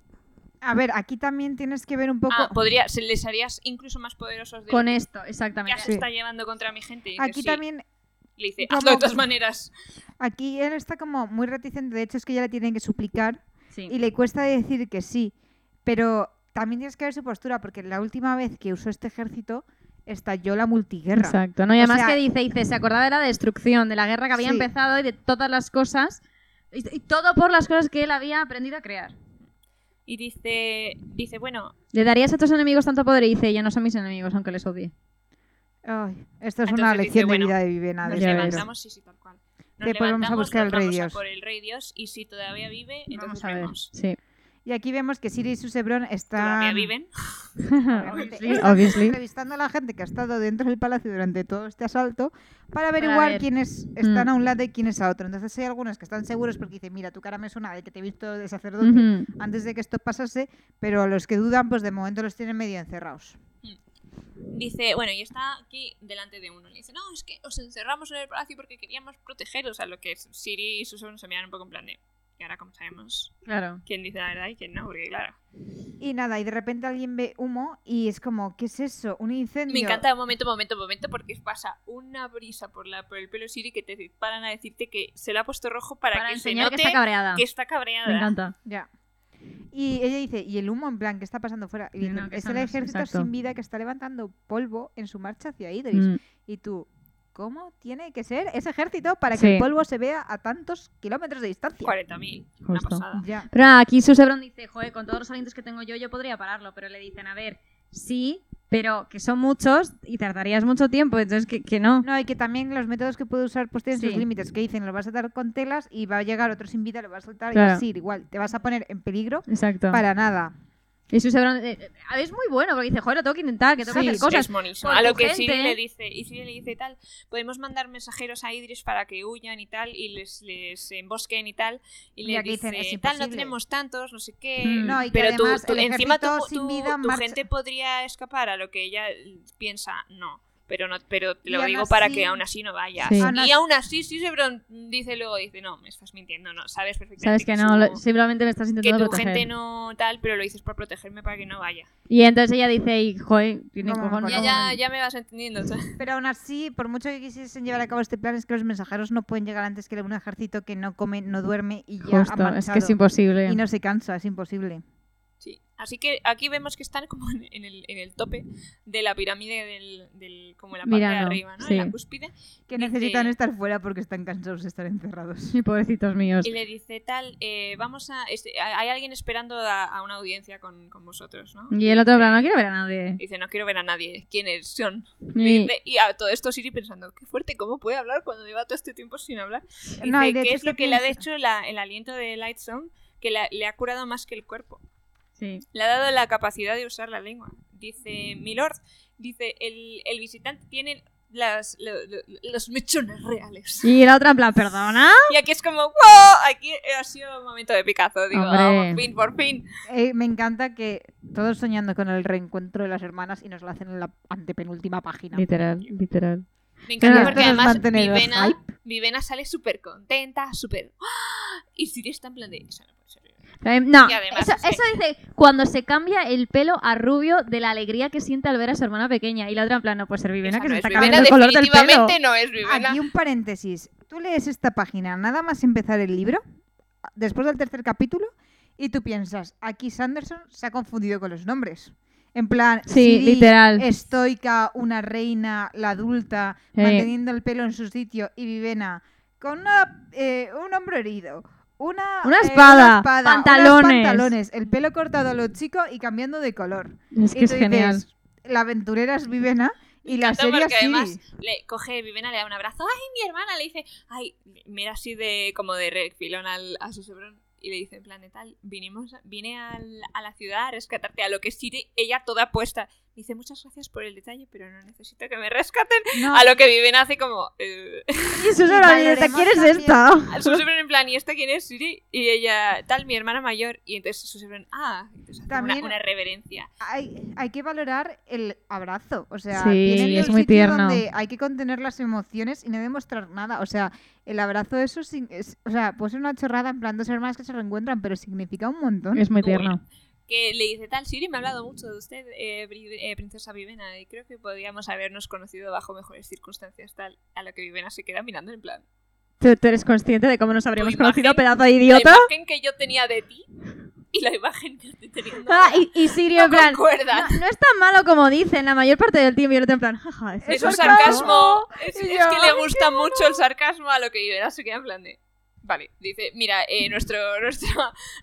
S2: A ver, aquí también tienes que ver un poco...
S3: ah, podría, se les harías incluso más poderosos de
S1: Con
S3: lo
S1: esto,
S3: que ya
S1: exactamente.
S3: se
S2: Sí.
S3: está llevando contra mi gente. Y dice,
S2: aquí
S3: "Sí".
S2: también
S3: Le dice,
S2: como-
S3: hazlo de todas maneras.
S2: Aquí él está como muy reticente, de hecho es que ya le tienen que suplicar
S1: Sí.
S2: y le cuesta decir que sí, pero también tienes que ver su postura porque la última vez que usó este ejército estalló la multiguerra.
S1: Exacto, no, y
S2: O
S1: además
S2: sea-
S1: que dice, dice, se acordaba de la destrucción, de la guerra que había
S2: Sí.
S1: empezado y de todas las cosas, y, y todo por las cosas que él había aprendido a crear.
S3: Y dice, dice, bueno,
S1: Le darías a tus enemigos tanto poder y dice, ya no son mis enemigos, aunque les odie.
S2: Ay, esto es
S3: Entonces
S2: una
S3: dice,
S2: lección
S3: bueno,
S2: de vida de Vivena.
S3: Nos
S1: ya
S2: desde luego.
S3: levantamos, sí, sí, tal cual. Nos
S2: Después vamos a
S3: levantamos,
S2: buscar
S3: nos
S2: al rey
S3: vamos a
S2: Dios.
S3: por el rey Dios y si todavía vive, entonces
S1: Vamos a ver.
S3: vemos.
S1: Sí.
S2: Y aquí vemos que Siri y Susebrón
S3: Todavía
S2: están
S3: viven.
S2: obviamente,
S1: obviously,
S2: están
S1: obviously.
S2: entrevistando a la gente que ha estado dentro del palacio durante todo este asalto para averiguar
S1: ver.
S2: quiénes están
S1: Mm.
S2: a un lado y quiénes a otro. Entonces hay algunos que están seguros porque dicen, mira, tu cara me suena de que te he visto de sacerdote.
S1: Ujú.
S2: antes de que esto pasase, pero a los que dudan, pues de momento los tienen medio encerrados.
S3: Dice, bueno, y está aquí delante de uno. Le dice, no, es que os encerramos en el palacio porque queríamos protegeros. A lo que Siri y Susan se miran un poco en plan de. Y ahora, como sabemos
S1: Claro.
S3: quién dice la verdad y quién no, porque claro.
S2: Y nada, y de repente alguien ve humo y es como, ¿qué es eso? ¿Un incendio?
S3: Me encanta un momento, momento, momento, porque pasa una brisa por, la, por el pelo de Siri que te paran a decirte que se le ha puesto rojo para,
S1: Para
S3: que se
S1: enseñar
S3: note
S1: que está cabreada.
S3: que está cabreada.
S1: Me encanta.
S2: Ya. Y ella dice, ¿y el humo en plan qué está pasando fuera? Y
S1: Sí,
S2: dicen,
S1: no, que
S2: es
S1: eso
S2: el
S1: no es-
S2: ejército
S1: exacto.
S2: sin vida que está levantando polvo en su marcha hacia Idris.
S1: Mm.
S2: Y tú, ¿cómo tiene que ser ese ejército para que
S1: Sí.
S2: el polvo se vea a tantos kilómetros de distancia?
S3: 40.000, una
S1: Justo.
S3: pasada.
S2: Ya.
S1: Pero nada, aquí Susebrón dice, joder, con todos los alientos que tengo yo, yo podría pararlo, pero le dicen, a ver, sí, pero que son muchos y tardarías mucho tiempo, entonces que, que no.
S2: No, y que también los métodos que puede usar pues tienen
S1: Sí.
S2: sus límites, que dicen, lo vas a dar con telas y va a llegar otro sin vida, lo vas a soltar y
S1: Claro.
S2: así, igual, te vas a poner en peligro
S1: Exacto.
S2: para nada.
S1: Y Susebrón, eh, es muy bueno, porque dice, joder, lo tengo que intentar, que tengo
S2: Sí,
S1: que
S3: Es-
S1: hacer cosas.
S3: Es monísimo.
S1: por
S3: A lo
S1: tu
S3: que
S1: gente.
S3: Siri le dice, y Siri le dice tal, podemos mandar mensajeros a Idris para que huyan y tal, y les, les embosquen y tal, y
S2: Y
S3: le
S2: aquí
S3: dice,
S2: dicen, "Es
S3: tal, no
S2: imposible".
S3: tenemos tantos, no sé qué.
S1: Mm.
S2: No, y que
S3: Pero tú,
S2: además
S3: tú-
S2: el
S3: encima tu,
S2: ejército sin
S3: tu-
S2: vida
S3: tu
S2: marcha-
S3: gente podría escapar a lo que ella piensa, no. Pero no, pero te
S2: Y
S3: lo
S2: aún
S3: digo para
S2: así-
S3: que aún así no vayas.
S1: Sí.
S2: Aún
S3: Y
S2: así-
S3: aún así, sí, Sebron dice luego, dice, no, me estás mintiendo, no, sabes perfectamente.
S1: Sabes que no, lo-
S3: su-
S1: simplemente me estás
S3: que tu
S1: intentando proteger.
S3: gente no tal, pero lo dices por protegerme para que no vaya.
S1: Y entonces ella dice, y, joder, tiene
S2: Como-
S1: cojones.
S3: Ya,
S2: Bueno,
S3: ya, ya me vas entendiendo.
S2: Pero aún así, por mucho que quisiesen llevar a cabo este plan, es que los mensajeros no pueden llegar antes que un ejército que no come, no duerme y ya ha
S1: Justo,
S2: marchado.
S1: es que es imposible.
S2: Y no se cansa, es imposible.
S3: Sí. Así que aquí vemos que están como en en el, en el tope de la pirámide del, del como en la parte de
S1: Mirano,
S3: arriba, ¿no?
S1: sí.
S3: En la cúspide.
S2: Que
S3: Dice-
S2: necesitan estar fuera porque están cansados de estar encerrados.
S1: Sí, pobrecitos míos.
S3: Y le dice tal, eh, vamos a, este, a- hay alguien esperando a, a una audiencia con, con vosotros, ¿no?
S1: Y el otro, en plan, no
S3: Dice-
S1: quiero ver a nadie.
S3: Dice, no quiero ver a nadie. ¿Quiénes son?
S1: Y-
S3: Dice- Y a todo esto Siri pensando, qué fuerte, ¿cómo puede hablar cuando lleva todo este tiempo sin hablar? Dice,
S2: No, y de
S3: ¿qué
S2: hecho
S3: es
S2: es
S3: lo
S2: que
S3: que le ha
S2: piensa-
S3: hecho la- el aliento de Light Song? Que la- le ha curado más que el cuerpo.
S1: sí.
S3: Le ha dado la capacidad de usar la lengua. Dice Milord, dice, el, el visitante tiene las, lo- lo- los mechones reales.
S1: Y la otra, en plan, perdona.
S3: Y aquí es como, ¡wow! Aquí ha sido un momento de Picasso. Digo,
S1: Hombre.
S3: "Ah, por fin, por fin.
S2: Eh, me encanta que todos soñando con el reencuentro de las hermanas y nos lo hacen en la antepenúltima página.
S1: Literal, literal.
S3: Me encanta
S1: Pero
S3: porque
S2: esto nos
S3: además
S2: mantiene el
S3: Vivena, Vivena sale súper contenta, súper... ¡ah! Y Siri está en plan de... "Eso no puede ser".
S1: Eh, No,
S3: Y además,
S1: eso,
S3: o sea-
S1: eso dice cuando se cambia el pelo a rubio de la alegría que siente al ver a su hermana pequeña. Y la otra, en plan, no, pues ser Vivena
S3: Esa
S1: que
S3: no
S1: se
S3: es
S1: está
S3: Vivena,
S1: cambiando el color del pelo.
S3: definitivamente no es Vivena.
S2: Aquí un paréntesis. Tú lees esta página nada más empezar el libro, después del tercer capítulo, y tú piensas, aquí Sanderson se ha confundido con los nombres. En plan,
S1: Sí,
S2: Siri,
S1: literal.
S2: estoica, una reina, la adulta,
S1: Eh.
S2: manteniendo el pelo en su sitio, y Vivena, con una, eh, un hombro herido, una,
S1: Una
S2: eh,
S1: espada,
S2: espada, unos
S1: pantalones.
S2: pantalones, el pelo cortado a los chicos y cambiando de color.
S1: Es
S2: Y
S1: que es
S2: tú dices,
S1: genial.
S2: la aventurera es Vivena y la
S3: encanta
S2: serie
S3: porque
S2: sí.
S3: además le coge Vivena, le da un abrazo. Ay, mi hermana le dice, ay, mira así de como de refilón al, a su sobrón y le dice, en plan, de tal, vinimos, vine al- a la ciudad a rescatarte, a lo que sí, de- ella toda puesta. Dice, muchas gracias por el detalle, pero no necesito que me rescaten.
S2: No,
S3: A lo que Vivena hace como... eh,
S1: Y Susana,
S2: Y
S1: ¿te
S2: bailaremos
S1: quieres
S2: también.
S1: esta?
S3: a su sobrón en plan, ¿y esta quién es, Siri? Y ella, tal, mi hermana mayor. Y entonces su sobrón, ah, entonces hace
S2: También-
S3: una, una reverencia.
S2: hay, hay que valorar el abrazo. O sea,
S1: Sí,
S2: vienen de
S1: es
S2: un
S1: muy
S2: sitio
S1: tierno.
S2: donde hay que contener las emociones y no demostrar nada. O sea, el abrazo, eso sin- es- o sea, puede ser una chorrada en plan dos hermanas que se reencuentran, pero significa un montón.
S1: Es muy
S3: tierno.
S1: tierno.
S3: que le dice tal, Siri me ha hablado mucho de usted, eh, Bri- eh, princesa Vivena, y creo que podríamos habernos conocido bajo mejores circunstancias, tal, a lo que Vivena se queda mirando en plan.
S1: ¿Tú, tú eres consciente de cómo nos habríamos
S3: Tu imagen-
S1: conocido, pedazo de
S3: La
S1: idiota?
S3: imagen que yo tenía de ti y la imagen que te tenía
S1: Ah, y, y Sirio, en
S3: no
S1: plan.
S3: concuerdan.
S1: No, no es tan malo como dicen la mayor parte del tiempo. Y el otro, en plan, jaja, es
S3: Es
S1: eso
S3: un
S2: sarcasmo.
S3: sarcasmo. Es,
S2: Y
S3: es
S2: yo,
S3: que le
S2: ay,
S3: gusta mucho el sarcasmo a lo que Vivena se queda en plan de. Vale, dice, mira, eh, nuestro, nuestro,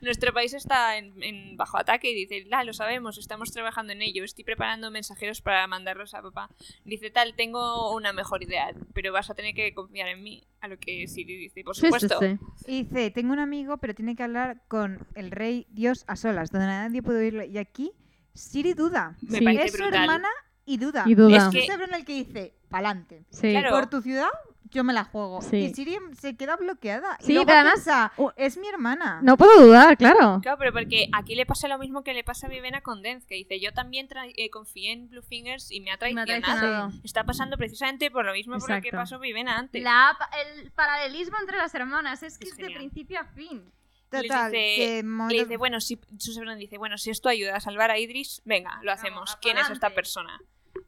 S3: nuestro país está en, en bajo ataque y dice, la, lo sabemos, estamos trabajando en ello, estoy preparando mensajeros para mandarlos a papá. Dice, tal, tengo una mejor idea, pero vas a tener que confiar en mí, a lo que Siri dice, por
S1: Sí, sí,
S3: supuesto.
S1: sí.
S2: Y dice, tengo un amigo, pero tiene que hablar con el rey Dios a solas, donde nadie puede oírlo. Y aquí Siri duda.
S3: Me
S1: Sí.
S3: parece
S2: Es su
S3: brutal.
S2: hermana y duda.
S1: Y duda.
S3: Es que-
S2: Es Sebron el que dice, pa'lante.
S1: Sí.
S3: Claro.
S2: Por tu ciudad, yo me la juego.
S1: Sí.
S2: Y Siri se queda bloqueada.
S1: Sí,
S2: y luego
S1: pero además-
S2: piensa,
S1: u-
S2: es mi hermana.
S1: No puedo dudar, claro.
S3: Claro, pero porque aquí le pasa lo mismo que le pasa a Vivena con Dance, que dice, yo también tra- eh, confié en Bluefingers y me ha
S1: Me ha
S3: traicionado.
S1: traicionado.
S3: Está pasando precisamente por lo mismo por lo que
S1: Exacto.
S3: pasó Vivena antes.
S4: La, el paralelismo entre las hermanas es que
S3: Es
S4: es, de
S3: genial.
S4: principio a fin.
S2: Total,
S3: les dice-
S2: que en
S3: Le
S2: momentos-
S3: dice, bueno, si su sobrino dice, bueno, si esto ayuda a salvar a Idris, venga, lo hacemos.
S4: Vamos,
S3: ¿Quién es esta
S4: apagante.
S3: persona?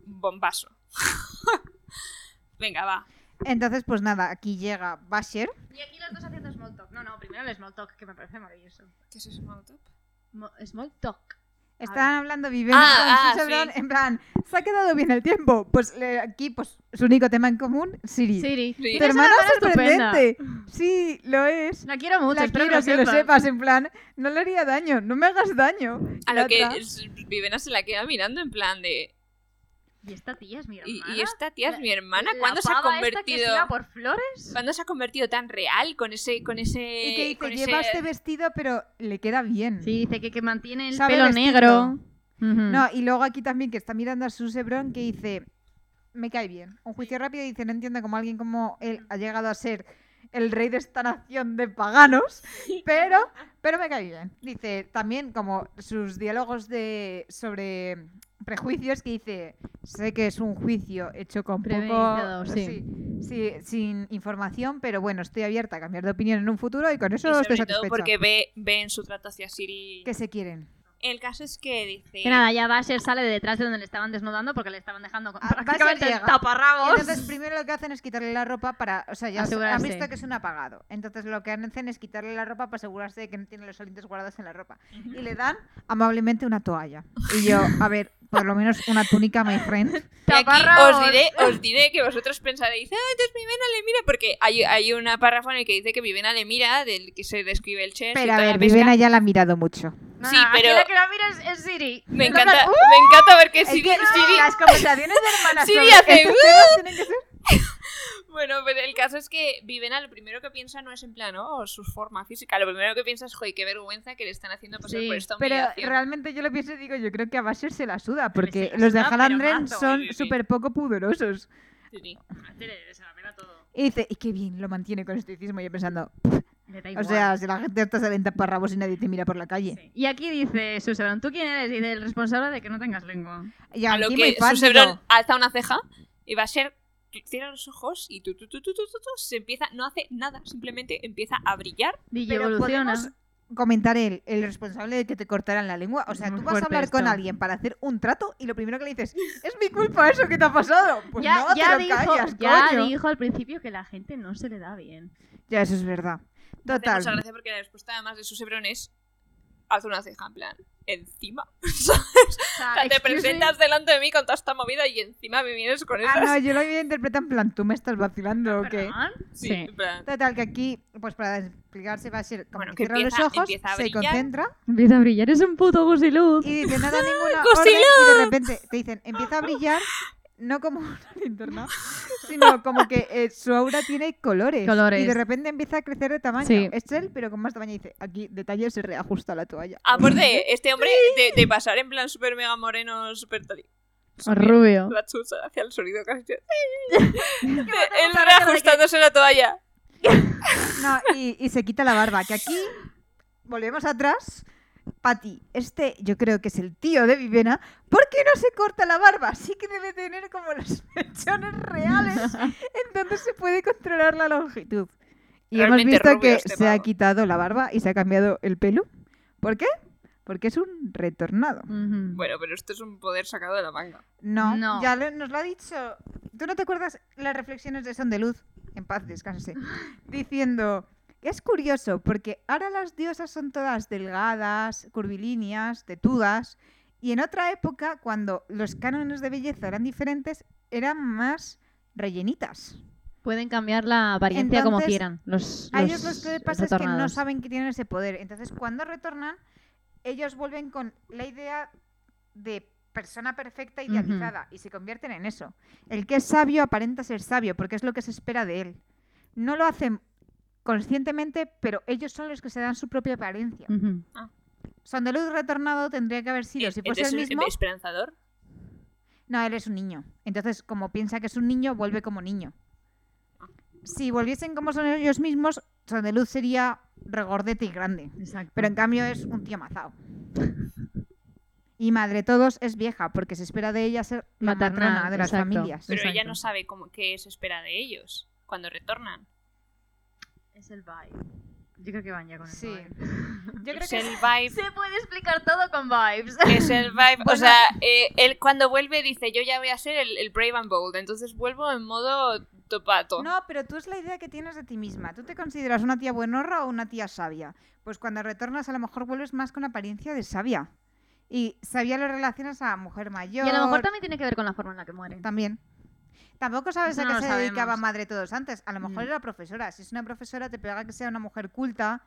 S3: Bombazo. venga, va.
S2: Entonces, pues nada, aquí llega Basher.
S4: Y aquí los dos haciendo small talk. No, no, primero el small talk, que me parece maravilloso.
S3: ¿Qué es eso, Molotov?
S4: Mo- small talk.
S2: Estaban hablando Vivena
S3: Ah,
S2: con
S3: ah,
S2: su sobrón,
S3: sí.
S2: en plan, ¿se ha quedado bien el tiempo? Pues le- aquí, pues, su único tema en común, Siri.
S1: Siri.
S3: Sí.
S2: Tu
S1: Tienes una
S2: hermana
S1: hermana
S2: sorprendente. Sí, lo es.
S1: La quiero mucho,
S2: La
S1: espero
S2: quiero que lo
S1: sepas.
S2: sepas, en plan, no le haría daño, no me hagas daño.
S3: A
S2: La
S3: lo que
S2: otra,
S3: es- Vivena se la queda mirando en plan de...
S4: Y esta tía es mi
S3: ¿Y,
S4: hermana.
S3: y esta tía es
S4: La-
S3: mi hermana?
S4: La
S3: ¿Cuándo se ha
S4: pava esta que se
S3: convertido...
S4: iba por flores?
S3: ¿Cuándo se ha convertido tan real con ese... Con ese
S2: Y que
S3: con
S2: dice,
S3: ese-
S2: lleva este vestido, pero le queda bien.
S1: Sí, dice que, que mantiene el
S2: Sabe
S1: pelo
S2: vestirlo.
S1: negro.
S3: Mm.
S1: Ujú.
S2: No, y luego aquí también que está mirando a su Sebrón que dice, me cae bien. Un juicio rápido y dice, no entiendo cómo alguien como él ha llegado a ser el rey de esta nación de paganos, pero, pero me cae bien. Dice también como sus diálogos de, sobre prejuicios que dice, sé que es un juicio hecho con poco...
S1: Premeditado, sí.
S2: sí, sin información, pero bueno, estoy abierta a cambiar de opinión en un futuro y con
S3: Y
S2: eso estoy
S3: sobre todo
S2: satisfecha.
S3: porque ve, ve en su trato hacia Siri...
S2: Que se quieren.
S3: El caso es que dice...
S1: Que nada, ya Basher sale de detrás de donde le estaban desnudando porque le estaban dejando con
S2: Ah, Basher
S1: prácticamente el
S2: llega.
S1: taparrabos.
S2: Entonces, primero lo que hacen es quitarle la ropa para. O sea, ya han
S1: Asegurarse.
S2: visto que es un apagado. Entonces, lo que hacen es quitarle la ropa para asegurarse de que no tiene los alientos guardados en la ropa. Y le dan amablemente una toalla. Y yo, a ver, por lo menos una túnica, my friend.
S3: Y aquí
S1: Taparrabos.
S3: os diré, os diré que vosotros pensaréis, ah, entonces Vivena le mira, porque hay, hay una párrafo en el que dice que Vivena le mira, del que se describe el Cher.
S2: Pero a ver, Vivena ya la ha mirado mucho.
S4: No,
S3: Sí,
S4: no, aquí
S3: pero-
S4: la que la mira es, es Siri.
S3: Me encanta, me encanta ver que
S2: Es
S3: Siri...
S2: que
S3: Siri-
S2: las conversaciones de hermanas.
S3: Siri
S2: sobre
S3: hace,
S2: estos temas tienen que ser-
S3: Bueno, pero el caso es que Vivena lo primero que piensa no es en plan, oh, su forma física, lo primero que piensa es, joder, qué vergüenza que le están haciendo pasar
S1: Sí,
S3: por esta
S2: Pero
S3: humillación.
S2: realmente yo lo pienso y digo, yo creo que a Basher se la suda, porque
S1: se la
S2: los de
S1: suda, pero
S2: Halandren
S1: mazo.
S2: son
S3: Sí, sí, sí.
S2: súper poco pudorosos.
S3: Siri.
S1: Se la pela todo.
S2: Y dice, y qué bien, lo mantiene con estoicismo. Y yo pensando,
S1: Le da
S2: o
S1: igual.
S2: sea, si la gente está saliendo para rabos y nadie te mira por la calle.
S1: Y aquí dice Susan, ¿tú quién eres? Y dice, el responsable de que no tengas lengua.
S2: Y
S3: A lo
S2: aquí
S3: que
S2: muy fácil.
S3: Susebrón alza una ceja y va a ser cierra los ojos y tu, tu, tu, tu, tu, tu, tu, se empieza, no hace nada, simplemente empieza a brillar.
S1: Y
S2: Pero
S1: evoluciona.
S2: podemos comentar el, el responsable de que te cortaran la lengua. O sea,
S1: Muy
S2: tú vas a
S1: fuerte
S2: hablar con
S1: esto.
S2: alguien para hacer un trato y lo primero que le dices, es mi culpa eso que te ha pasado. Pues no, te lo callas,
S1: ya
S2: coño.
S1: dijo al principio que la gente no se le da bien.
S2: Ya, eso es verdad.
S3: Me hace
S2: Total.
S3: mucha gracia porque la respuesta además de Susebrón es haz una ceja en plan, encima. O sea,
S1: Ah,
S3: te presentas delante de mí con toda esta movida y encima me vienes con
S2: Ah, no,
S3: esas.
S2: yo lo había interpretado en plan, tú me estás vacilando o qué.
S1: ¿Perdón?
S3: Sí,
S1: Sí.
S3: en plan,
S2: Total, que aquí, pues para explicarse, va a ser como
S3: Bueno,
S2: que
S3: que
S2: cierra los
S3: empieza-
S2: ojos,
S3: empieza a
S2: se
S3: brillar.
S2: concentra
S1: Empieza a brillar, es un puto gusiluz.
S2: y dice, no da ninguna orden
S3: ¡Cosilo!
S2: y de repente te dicen, empieza a brillar, no como una linterna, sino como que eh, su aura tiene colores,
S1: Colores.
S2: Y de repente empieza a crecer de tamaño.
S1: Sí.
S2: Es él, pero con más tamaño. Y dice, aquí, detalle, se reajusta la toalla.
S3: Aparte, este hombre de, de pasar en plan super mega moreno, super tal.
S1: Rubio.
S3: La chucha hacia el sonido casi. de- Él reajustándose la toalla.
S2: No, y, y se quita la barba. Que aquí, volvemos atrás. Pati, este yo creo que es el tío de Vivena. ¿Por qué no se corta la barba? Sí que debe tener como los mechones reales. Entonces se puede controlar la longitud. Y
S3: Realmente
S2: hemos visto
S3: rubio
S2: que
S3: este
S2: se ha
S3: pavo.
S2: quitado la barba y se ha cambiado el pelo. ¿Por qué? Porque es un retornado.
S1: Ujú.
S3: Bueno, pero esto es un poder sacado de la manga.
S2: No,
S1: No.
S2: ya le- nos lo ha dicho. ¿Tú no te acuerdas las reflexiones de Son de Luz? En paz, descanse. Diciendo, es curioso, porque ahora las diosas son todas delgadas, curvilíneas, tetudas, y en otra época, cuando los cánones de belleza eran diferentes, eran más rellenitas.
S1: Pueden cambiar la apariencia como
S2: Entonces,
S1: quieran. Los,
S2: A ellos lo que les pasa es que no
S1: retornados.
S2: saben que tienen ese poder. Entonces, cuando retornan, ellos vuelven con la idea de persona perfecta idealizada y se convierten en eso. El que es sabio aparenta ser sabio porque es lo que se espera de él. No lo hacen conscientemente, pero ellos son los que se dan su propia apariencia.
S1: Ujú.
S2: Sondeluz retornado tendría que haber sido, si fuese
S3: ¿Es
S2: el
S3: un-
S2: mismo...
S3: esperanzador?
S2: No, él es un niño. Entonces, como piensa que es un niño, vuelve como niño. Si volviesen como son ellos mismos, Sondeluz sería regordete y grande.
S1: Exacto.
S2: Pero en cambio es un tío mazao. Y madre todos es vieja, porque se espera de ella ser la
S1: Maternal,
S2: matrona de las
S1: exacto.
S2: familias.
S3: Pero ella
S1: Exacto.
S3: no sabe cómo, qué se espera de ellos cuando retornan.
S1: Es el vibe. Yo creo que van ya con
S2: el Sí. vibe. Yo creo
S3: es
S2: que
S3: el vibe.
S1: Se puede explicar todo con vibes.
S3: Es el vibe. O
S2: Bueno.
S3: sea, eh, él cuando vuelve dice: Yo ya voy a ser el, el Brave and Bold. Entonces vuelvo en modo topato.
S2: No, pero tú es la idea que tienes de ti misma. ¿Tú te consideras una tía buenorra o una tía sabia? Pues cuando retornas a lo mejor vuelves más con apariencia de sabia. Y sabia lo relacionas a mujer
S1: Y
S2: mayor.
S1: a lo mejor también tiene que ver con la forma en la que mueren.
S2: También. Tampoco sabes
S1: Eso
S2: a qué
S1: no lo
S2: se dedicaba
S1: sabemos.
S2: madre todos antes. A lo mejor
S1: Mm.
S2: era profesora. Si es una profesora, te pega que sea una mujer culta,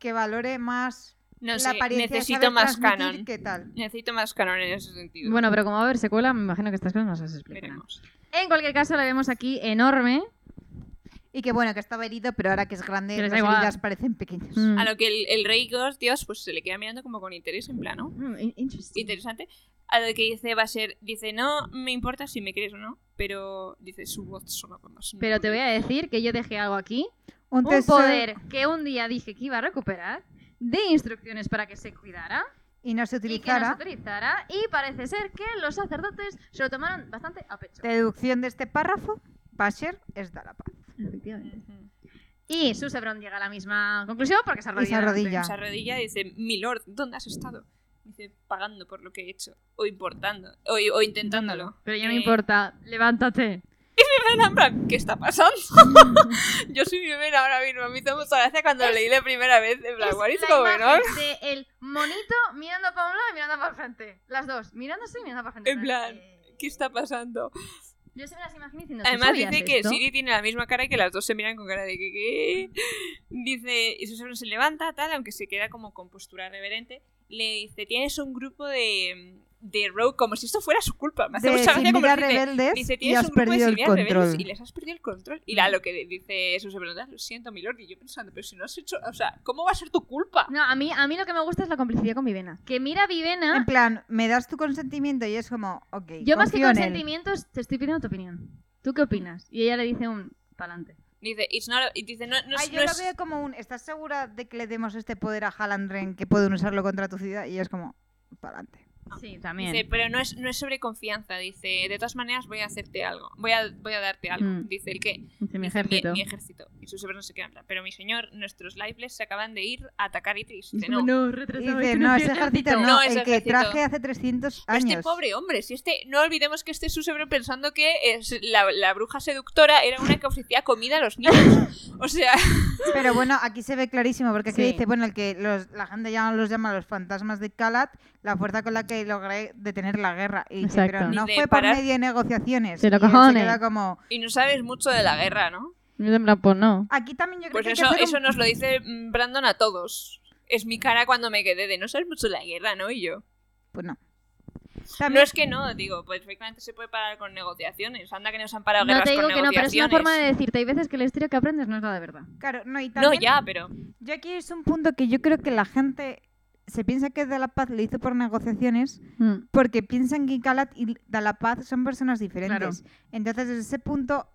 S2: que valore más
S3: No
S2: la
S3: sé,
S2: apariencia de
S3: necesito
S2: saber
S3: más
S2: transmitir
S3: canon.
S2: ¿Qué tal?
S3: Necesito más canon en ese sentido.
S1: Bueno, pero como va a haber secuela, me imagino que estas cosas no se explicarán.
S3: veremos.
S1: En cualquier caso, la vemos aquí enorme.
S2: Y que bueno, que estaba herido, pero ahora que es grande,
S1: Que les
S2: las
S1: da igual.
S2: heridas parecen pequeñas.
S1: Mm.
S3: A lo que el, el rey Ghost, Dios, pues se le queda mirando como con interés, en plan, ¿no?
S1: Mm, in- interesting.
S3: Interesante. A lo que dice va a ser, dice, no me importa si me crees o no, pero dice, su voz sonaba más.
S1: Pero te voy a decir que yo dejé algo aquí.
S2: Un,
S1: Un
S2: tesoro-
S1: poder que un día dije que iba a recuperar. De instrucciones para que se cuidara
S2: Y no se
S1: y que no se
S2: utilizara.
S1: utilizara, y parece ser que los sacerdotes se lo tomaron bastante a pecho.
S2: Deducción de este párrafo, Basher es dar la paz.
S1: Efectivamente.
S3: Ujú.
S1: Y Susebron llega a la misma conclusión porque se arrodilla.
S2: Y se
S1: delante.
S2: arrodilla.
S3: Se arrodilla y dice, mi lord, ¿dónde has estado? Dice, pagando por lo que he hecho, o importando, o, o intentándolo.
S1: Pero ya no
S3: Eh,
S1: importa, levántate.
S3: en plan, ¿qué está pasando? Yo soy Vivena ahora mismo, me hizo mucha gracia cuando lo leí la primera vez, en plan,
S1: Es
S3: what is
S1: la
S3: going on?
S1: imagen de el monito mirando para un lado y mirando para el frente. Las dos, mirándose y mirando para el frente.
S3: En plan,
S1: eh,
S3: ¿Qué está pasando?
S1: Yo se me las imagino diciendo. ¿tú
S3: Además
S1: sabías
S3: dice que
S1: esto?
S3: Siri tiene la misma cara y que las dos se miran con cara de que ¿qué? Dice, y Susana se levanta, tal, aunque se queda como con postura reverente. Le dice, tienes un grupo de, de rogue, como si esto fuera su culpa. Me hace
S2: De
S3: mucha gracia como
S2: Silvia
S3: lo dice.
S2: rebeldes
S3: Dice,
S2: y
S3: tienes
S2: has
S3: un grupo de
S2: perdido el
S3: Silvias rebeldes y
S2: control.
S3: les has perdido el control. Y a lo que dice Susana pregunta, lo siento, mi lord, y yo pensando, pero si no has hecho, o sea, ¿cómo va a ser tu culpa?
S1: No, a mí, a mí lo que me gusta es la complicidad con Vivena. Que mira a
S2: En
S1: Vivena,
S2: plan, me das tu consentimiento y es como, ok.
S1: yo más que
S2: confío en él.
S1: consentimientos te estoy pidiendo tu opinión. ¿Tú qué opinas? Y ella le dice un pa'lante.
S3: Dice, "It's not- y dice, no, no,
S2: Ay,
S3: es-
S2: yo
S3: no
S2: lo
S3: es-
S2: veo como un. ¿Estás segura de que le demos este poder a Halandren que pueden usarlo contra tu ciudad? Y es como, para adelante.
S1: Sí, también.
S3: Ah, Dice, pero no es, no es sobre confianza. Dice, de todas maneras voy a hacerte algo. Voy a, voy a darte algo.
S1: Mm.
S3: Dice el qué.
S1: Dice mi
S3: Dice,
S1: ejército.
S3: Mi, ejército. Y sus hombres no se quedan. Pero mi señor, nuestros lifeless se acaban de ir a atacar Itris. Dice, no.
S2: Y
S1: retrasado,
S2: dice,
S1: es
S2: no,
S1: un
S2: ese ejército no,
S3: No,
S2: el
S3: ese
S2: que
S3: ejército.
S2: traje hace 300 años.
S3: Este pobre hombre, si este, no olvidemos que este susurro pensando que es la, la bruja seductora era una que ofrecía comida a los niños. O sea,
S2: Pero bueno, aquí se ve clarísimo, porque aquí
S1: Sí.
S2: dice, bueno, el que los- la gente ya los llama los fantasmas de Calat, la fuerza con la que logré detener la guerra. Y dice,
S1: Exacto.
S2: pero no
S3: Ni de
S2: fue
S3: parar.
S2: por medio de negociaciones.
S1: Sí, lo
S2: Y él
S1: cojones.
S2: Se queda como...
S3: y no sabes mucho de la guerra, ¿no?
S1: Yo en plan, pues no.
S2: Aquí también yo creo
S3: Pues
S2: que hay que
S3: eso,
S2: hacer un-
S3: eso nos lo dice mm, Brandon a todos. Es mi cara cuando me quedé de no sabes mucho de la guerra, ¿no? Y yo.
S2: Pues no.
S3: No
S2: También
S3: es que no, digo, pues perfectamente se puede parar con negociaciones. Anda que nos han parado
S1: No
S3: guerras
S1: te digo
S3: con
S1: que no, pero es una
S3: negociaciones.
S1: forma de decirte. Hay veces que la historia que aprendes no es la de verdad.
S2: Claro, no, y
S3: No,
S2: también...
S3: ya, pero.
S2: Yo aquí es un punto que yo creo que la gente se piensa que Dalapaz lo hizo por negociaciones
S1: Mm.
S2: porque piensan que Calat y Dalapaz son personas diferentes. Entonces, desde ese punto,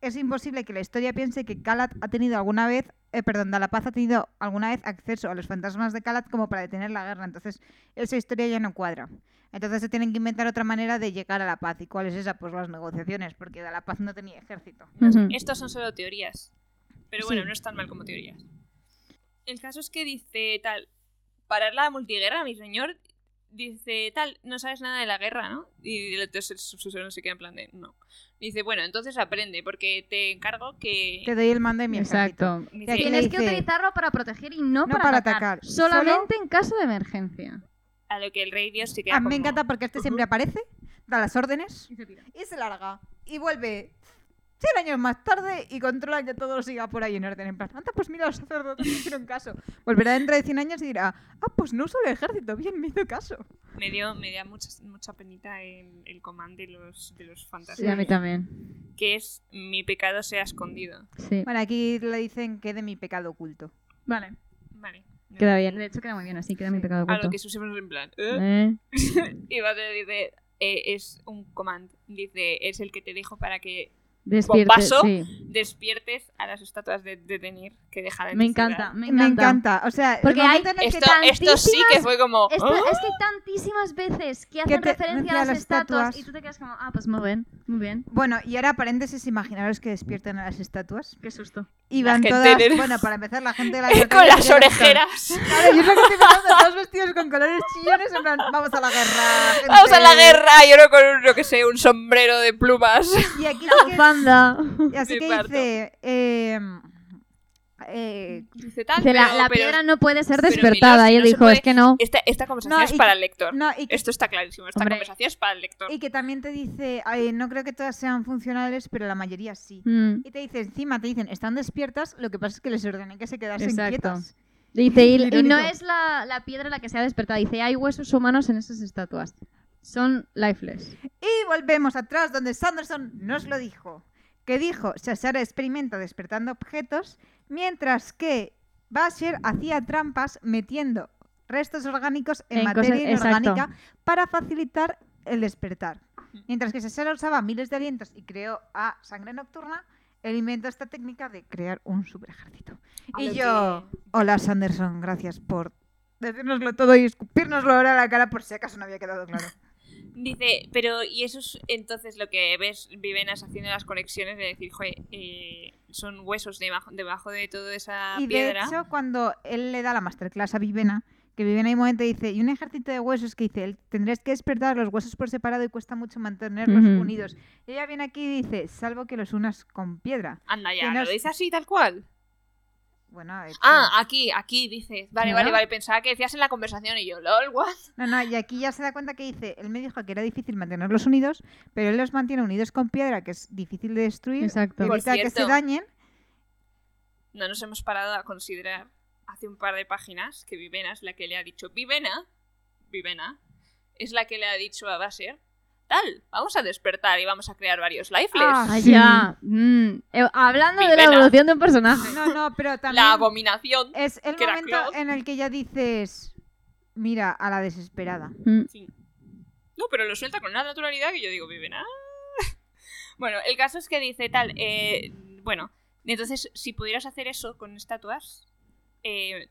S2: es imposible que la historia piense que Calat ha tenido alguna vez, eh, perdón, Dalapaz ha tenido alguna vez acceso a los fantasmas de Calat como para detener la guerra. Entonces, esa historia ya no cuadra. Entonces se tienen que inventar otra manera de llegar a la paz. ¿Y cuál es esa? Pues las negociaciones, porque Dalapaz no tenía ejército.
S1: Ujú.
S3: Estas son solo teorías. Pero bueno, no es tan mal como teorías. El caso es que dice tal, parar la multiguerra, mi señor, dice tal, no sabes nada de la guerra, ¿no? Y el otro se- su- su- su- no se queda en plan de, no. Dice, bueno, entonces aprende, porque te encargo que...
S2: Te doy el mando de mi ejército.
S1: Exacto.
S3: Dice,
S2: Y aquí le
S1: Tienes que
S2: dice-
S1: utilizarlo para proteger y no,
S2: No
S1: para,
S2: para
S1: atacar.
S2: atacar,
S1: Solamente en caso de emergencia.
S3: A lo que el rey Dios se queda
S2: A mí me
S3: como-
S2: encanta porque este siempre aparece, da las órdenes
S1: Y se pira.
S2: y se larga. Y vuelve 100 años más tarde y controla que todo siga por ahí en orden. En plan, anda, pues mira, los sacerdotes me hicieron caso. Volverá dentro de 100 años y dirá, ah, pues no usó el ejército, bien, me hizo caso.
S3: Me dio, me dio mucha, mucha penita el, el comando de los, de los fantasmas.
S1: Sí, a mí también.
S3: Que es, mi pecado se ha escondido.
S1: Sí.
S2: Bueno, aquí le dicen que de mi pecado oculto.
S1: Vale.
S3: Vale.
S1: Queda bien. De hecho, queda muy bien así. Queda mi pecado
S3: A lo
S1: oculto.
S3: que susurros en plan... ¿eh?
S1: Eh,
S3: Y Bowser dice, "Eh, es un command. Dice, es el que te dejo para que
S1: despierte,
S3: Bombazo.
S1: sí.
S3: despiertes a las estatuas de, de Denir que dejarán en
S1: Me
S3: tu ciudad".
S1: encanta, me
S2: Me
S1: encanta.
S2: encanta. O sea,
S1: Porque
S2: el
S1: hay-
S2: momento en el que
S3: Esto, esto sí que fue como...
S1: Esto-
S3: "¿Oh?".
S1: Es que hay tantísimas veces que hacen
S2: te-
S1: referencia a las, estatuas, y tú te quedas como, ah, pues muy bien, muy bien.
S2: Bueno, y ahora paréntesis, imaginaros que despiertan a las estatuas.
S1: Qué susto.
S2: Y
S3: La
S2: van
S3: gente
S2: todas,
S3: de-
S2: bueno, para empezar la gente de la
S3: Con
S2: biblioteca
S3: las
S2: tiene que-
S3: orejeras.
S2: Claro, yo es lo que estoy pensando, todos vestidos con colores chillones, en plan, vamos a la guerra. gente.
S3: Vamos a la guerra. Lloro con, yo que sé, un sombrero de plumas.
S2: Y aquí sí que-
S1: Bufanda.
S2: así
S3: Me
S2: que
S3: parto.
S2: dice, eh, eh,
S3: Dice tal,
S1: Dice, la,
S3: pero-
S1: la
S3: pero
S1: piedra no puede ser
S3: pero
S1: despertada.
S3: Milos,
S1: Y él
S3: no se
S1: dijo,
S3: puede-
S1: es que no.
S3: esta, esta conversación
S2: No,
S3: es
S2: y-
S3: para el lector.
S2: no, y que,
S3: Esto está clarísimo. Esta
S1: Hombre.
S3: conversación es para el lector.
S2: y que también te dice, ay, no creo que todas sean funcionales, pero la mayoría sí.
S1: Mm.
S2: Y te dice, encima te dicen, están despiertas, lo que pasa es que les ordené que se quedasen
S1: Exacto.
S2: quietas.
S1: Dice, y, y
S2: Irónico.
S1: no es la, la piedra la que se ha despertado. Dice, hay huesos humanos en esas estatuas. Son lifeless.
S2: Y volvemos atrás donde Sanderson nos lo dijo. Que dijo, Shashara experimenta despertando objetos, mientras que Basher hacía trampas metiendo restos orgánicos en,
S1: En
S2: materia
S1: cosas- exacto.
S2: inorgánica para facilitar el despertar. Mientras que Shashara usaba miles de alientos y creó a Sangre Nocturna, él inventó esta técnica de crear un super ejército.
S3: A
S2: Y
S3: lo
S2: yo,
S3: que-
S2: hola Sanderson, gracias por decírnoslo todo y escupírnoslo ahora a la cara por si acaso no había quedado claro.
S3: Dice, pero y eso es entonces lo que ves Vivenas haciendo las conexiones de decir, joder, eh, son huesos debajo, debajo de toda esa
S2: Y
S3: piedra.
S2: de hecho, cuando él le da la masterclass a Vivena, que Vivena en un momento dice, y un ejército de huesos que dice, "El- tendréis que despertar los huesos por separado y cuesta mucho mantenerlos
S1: Ujú.
S2: unidos. Y ella viene aquí y dice, salvo que los unas con piedra.
S3: Anda ya,
S2: que no
S3: lo
S2: es-
S3: dice así tal cual.
S2: Bueno, eh, de hecho-
S3: Ah, aquí, aquí dices. Vale,
S1: Claro.
S3: vale, vale. Pensaba que decías en la conversación y yo, lol, what?
S2: no, no, y aquí ya se da cuenta que dice, él me dijo que era difícil mantenerlos unidos, pero él los mantiene unidos con piedra, que es difícil de destruir,
S1: Exacto.
S3: Por
S2: evita que se
S3: cierto.
S2: dañen.
S3: No nos hemos parado a considerar hace un par de páginas que Vivena es la que le ha dicho, Vivena, Vivena, es la que le ha dicho a Basher, tal, vamos a despertar y vamos a crear varios lifeless.
S2: Ah,
S1: Ay,
S2: sí.
S1: ya. Mm. Eh, hablando de la
S3: Vivena.
S1: evolución de un personaje.
S2: No, no, pero también...
S3: la abominación.
S2: Es el
S3: que era
S2: momento
S3: Claude.
S2: en el que ya dices, mira, a la desesperada.
S1: Mm.
S3: Sí. No, pero lo suelta con una naturalidad que yo digo, viven. ah". Bueno, el caso es que dice tal. eh, bueno, entonces, si pudieras hacer eso con
S1: Mm.
S3: estatuas, eh,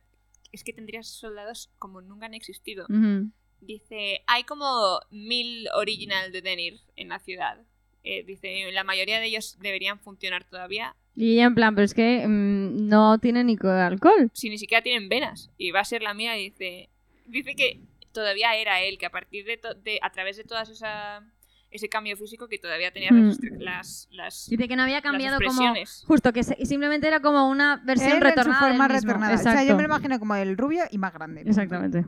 S3: es que tendrías soldados como nunca han existido.
S1: Ujú.
S3: Dice, hay como mil original de Denir en la ciudad. Eh, dice, la mayoría de ellos deberían funcionar todavía
S1: Y ella en plan, pero es que mm, no tiene ni co- alcohol.
S3: si ni siquiera tienen venas. Y va a ser la mía, y dice. Dice que todavía era él, que a partir de, to- de- a través de todas esa ese cambio físico que todavía tenía
S1: Mm.
S3: las, restri- las, las,
S1: Dice que no había
S3: las
S1: cambiado como...
S3: expresiones.
S1: Justo, que se- simplemente era como una versión
S2: Él
S1: retornada
S2: en su forma
S1: del mismo.
S2: retornada.
S1: Exacto.
S2: O sea, yo me lo imagino como el rubio y más grande. punto.
S1: Exactamente.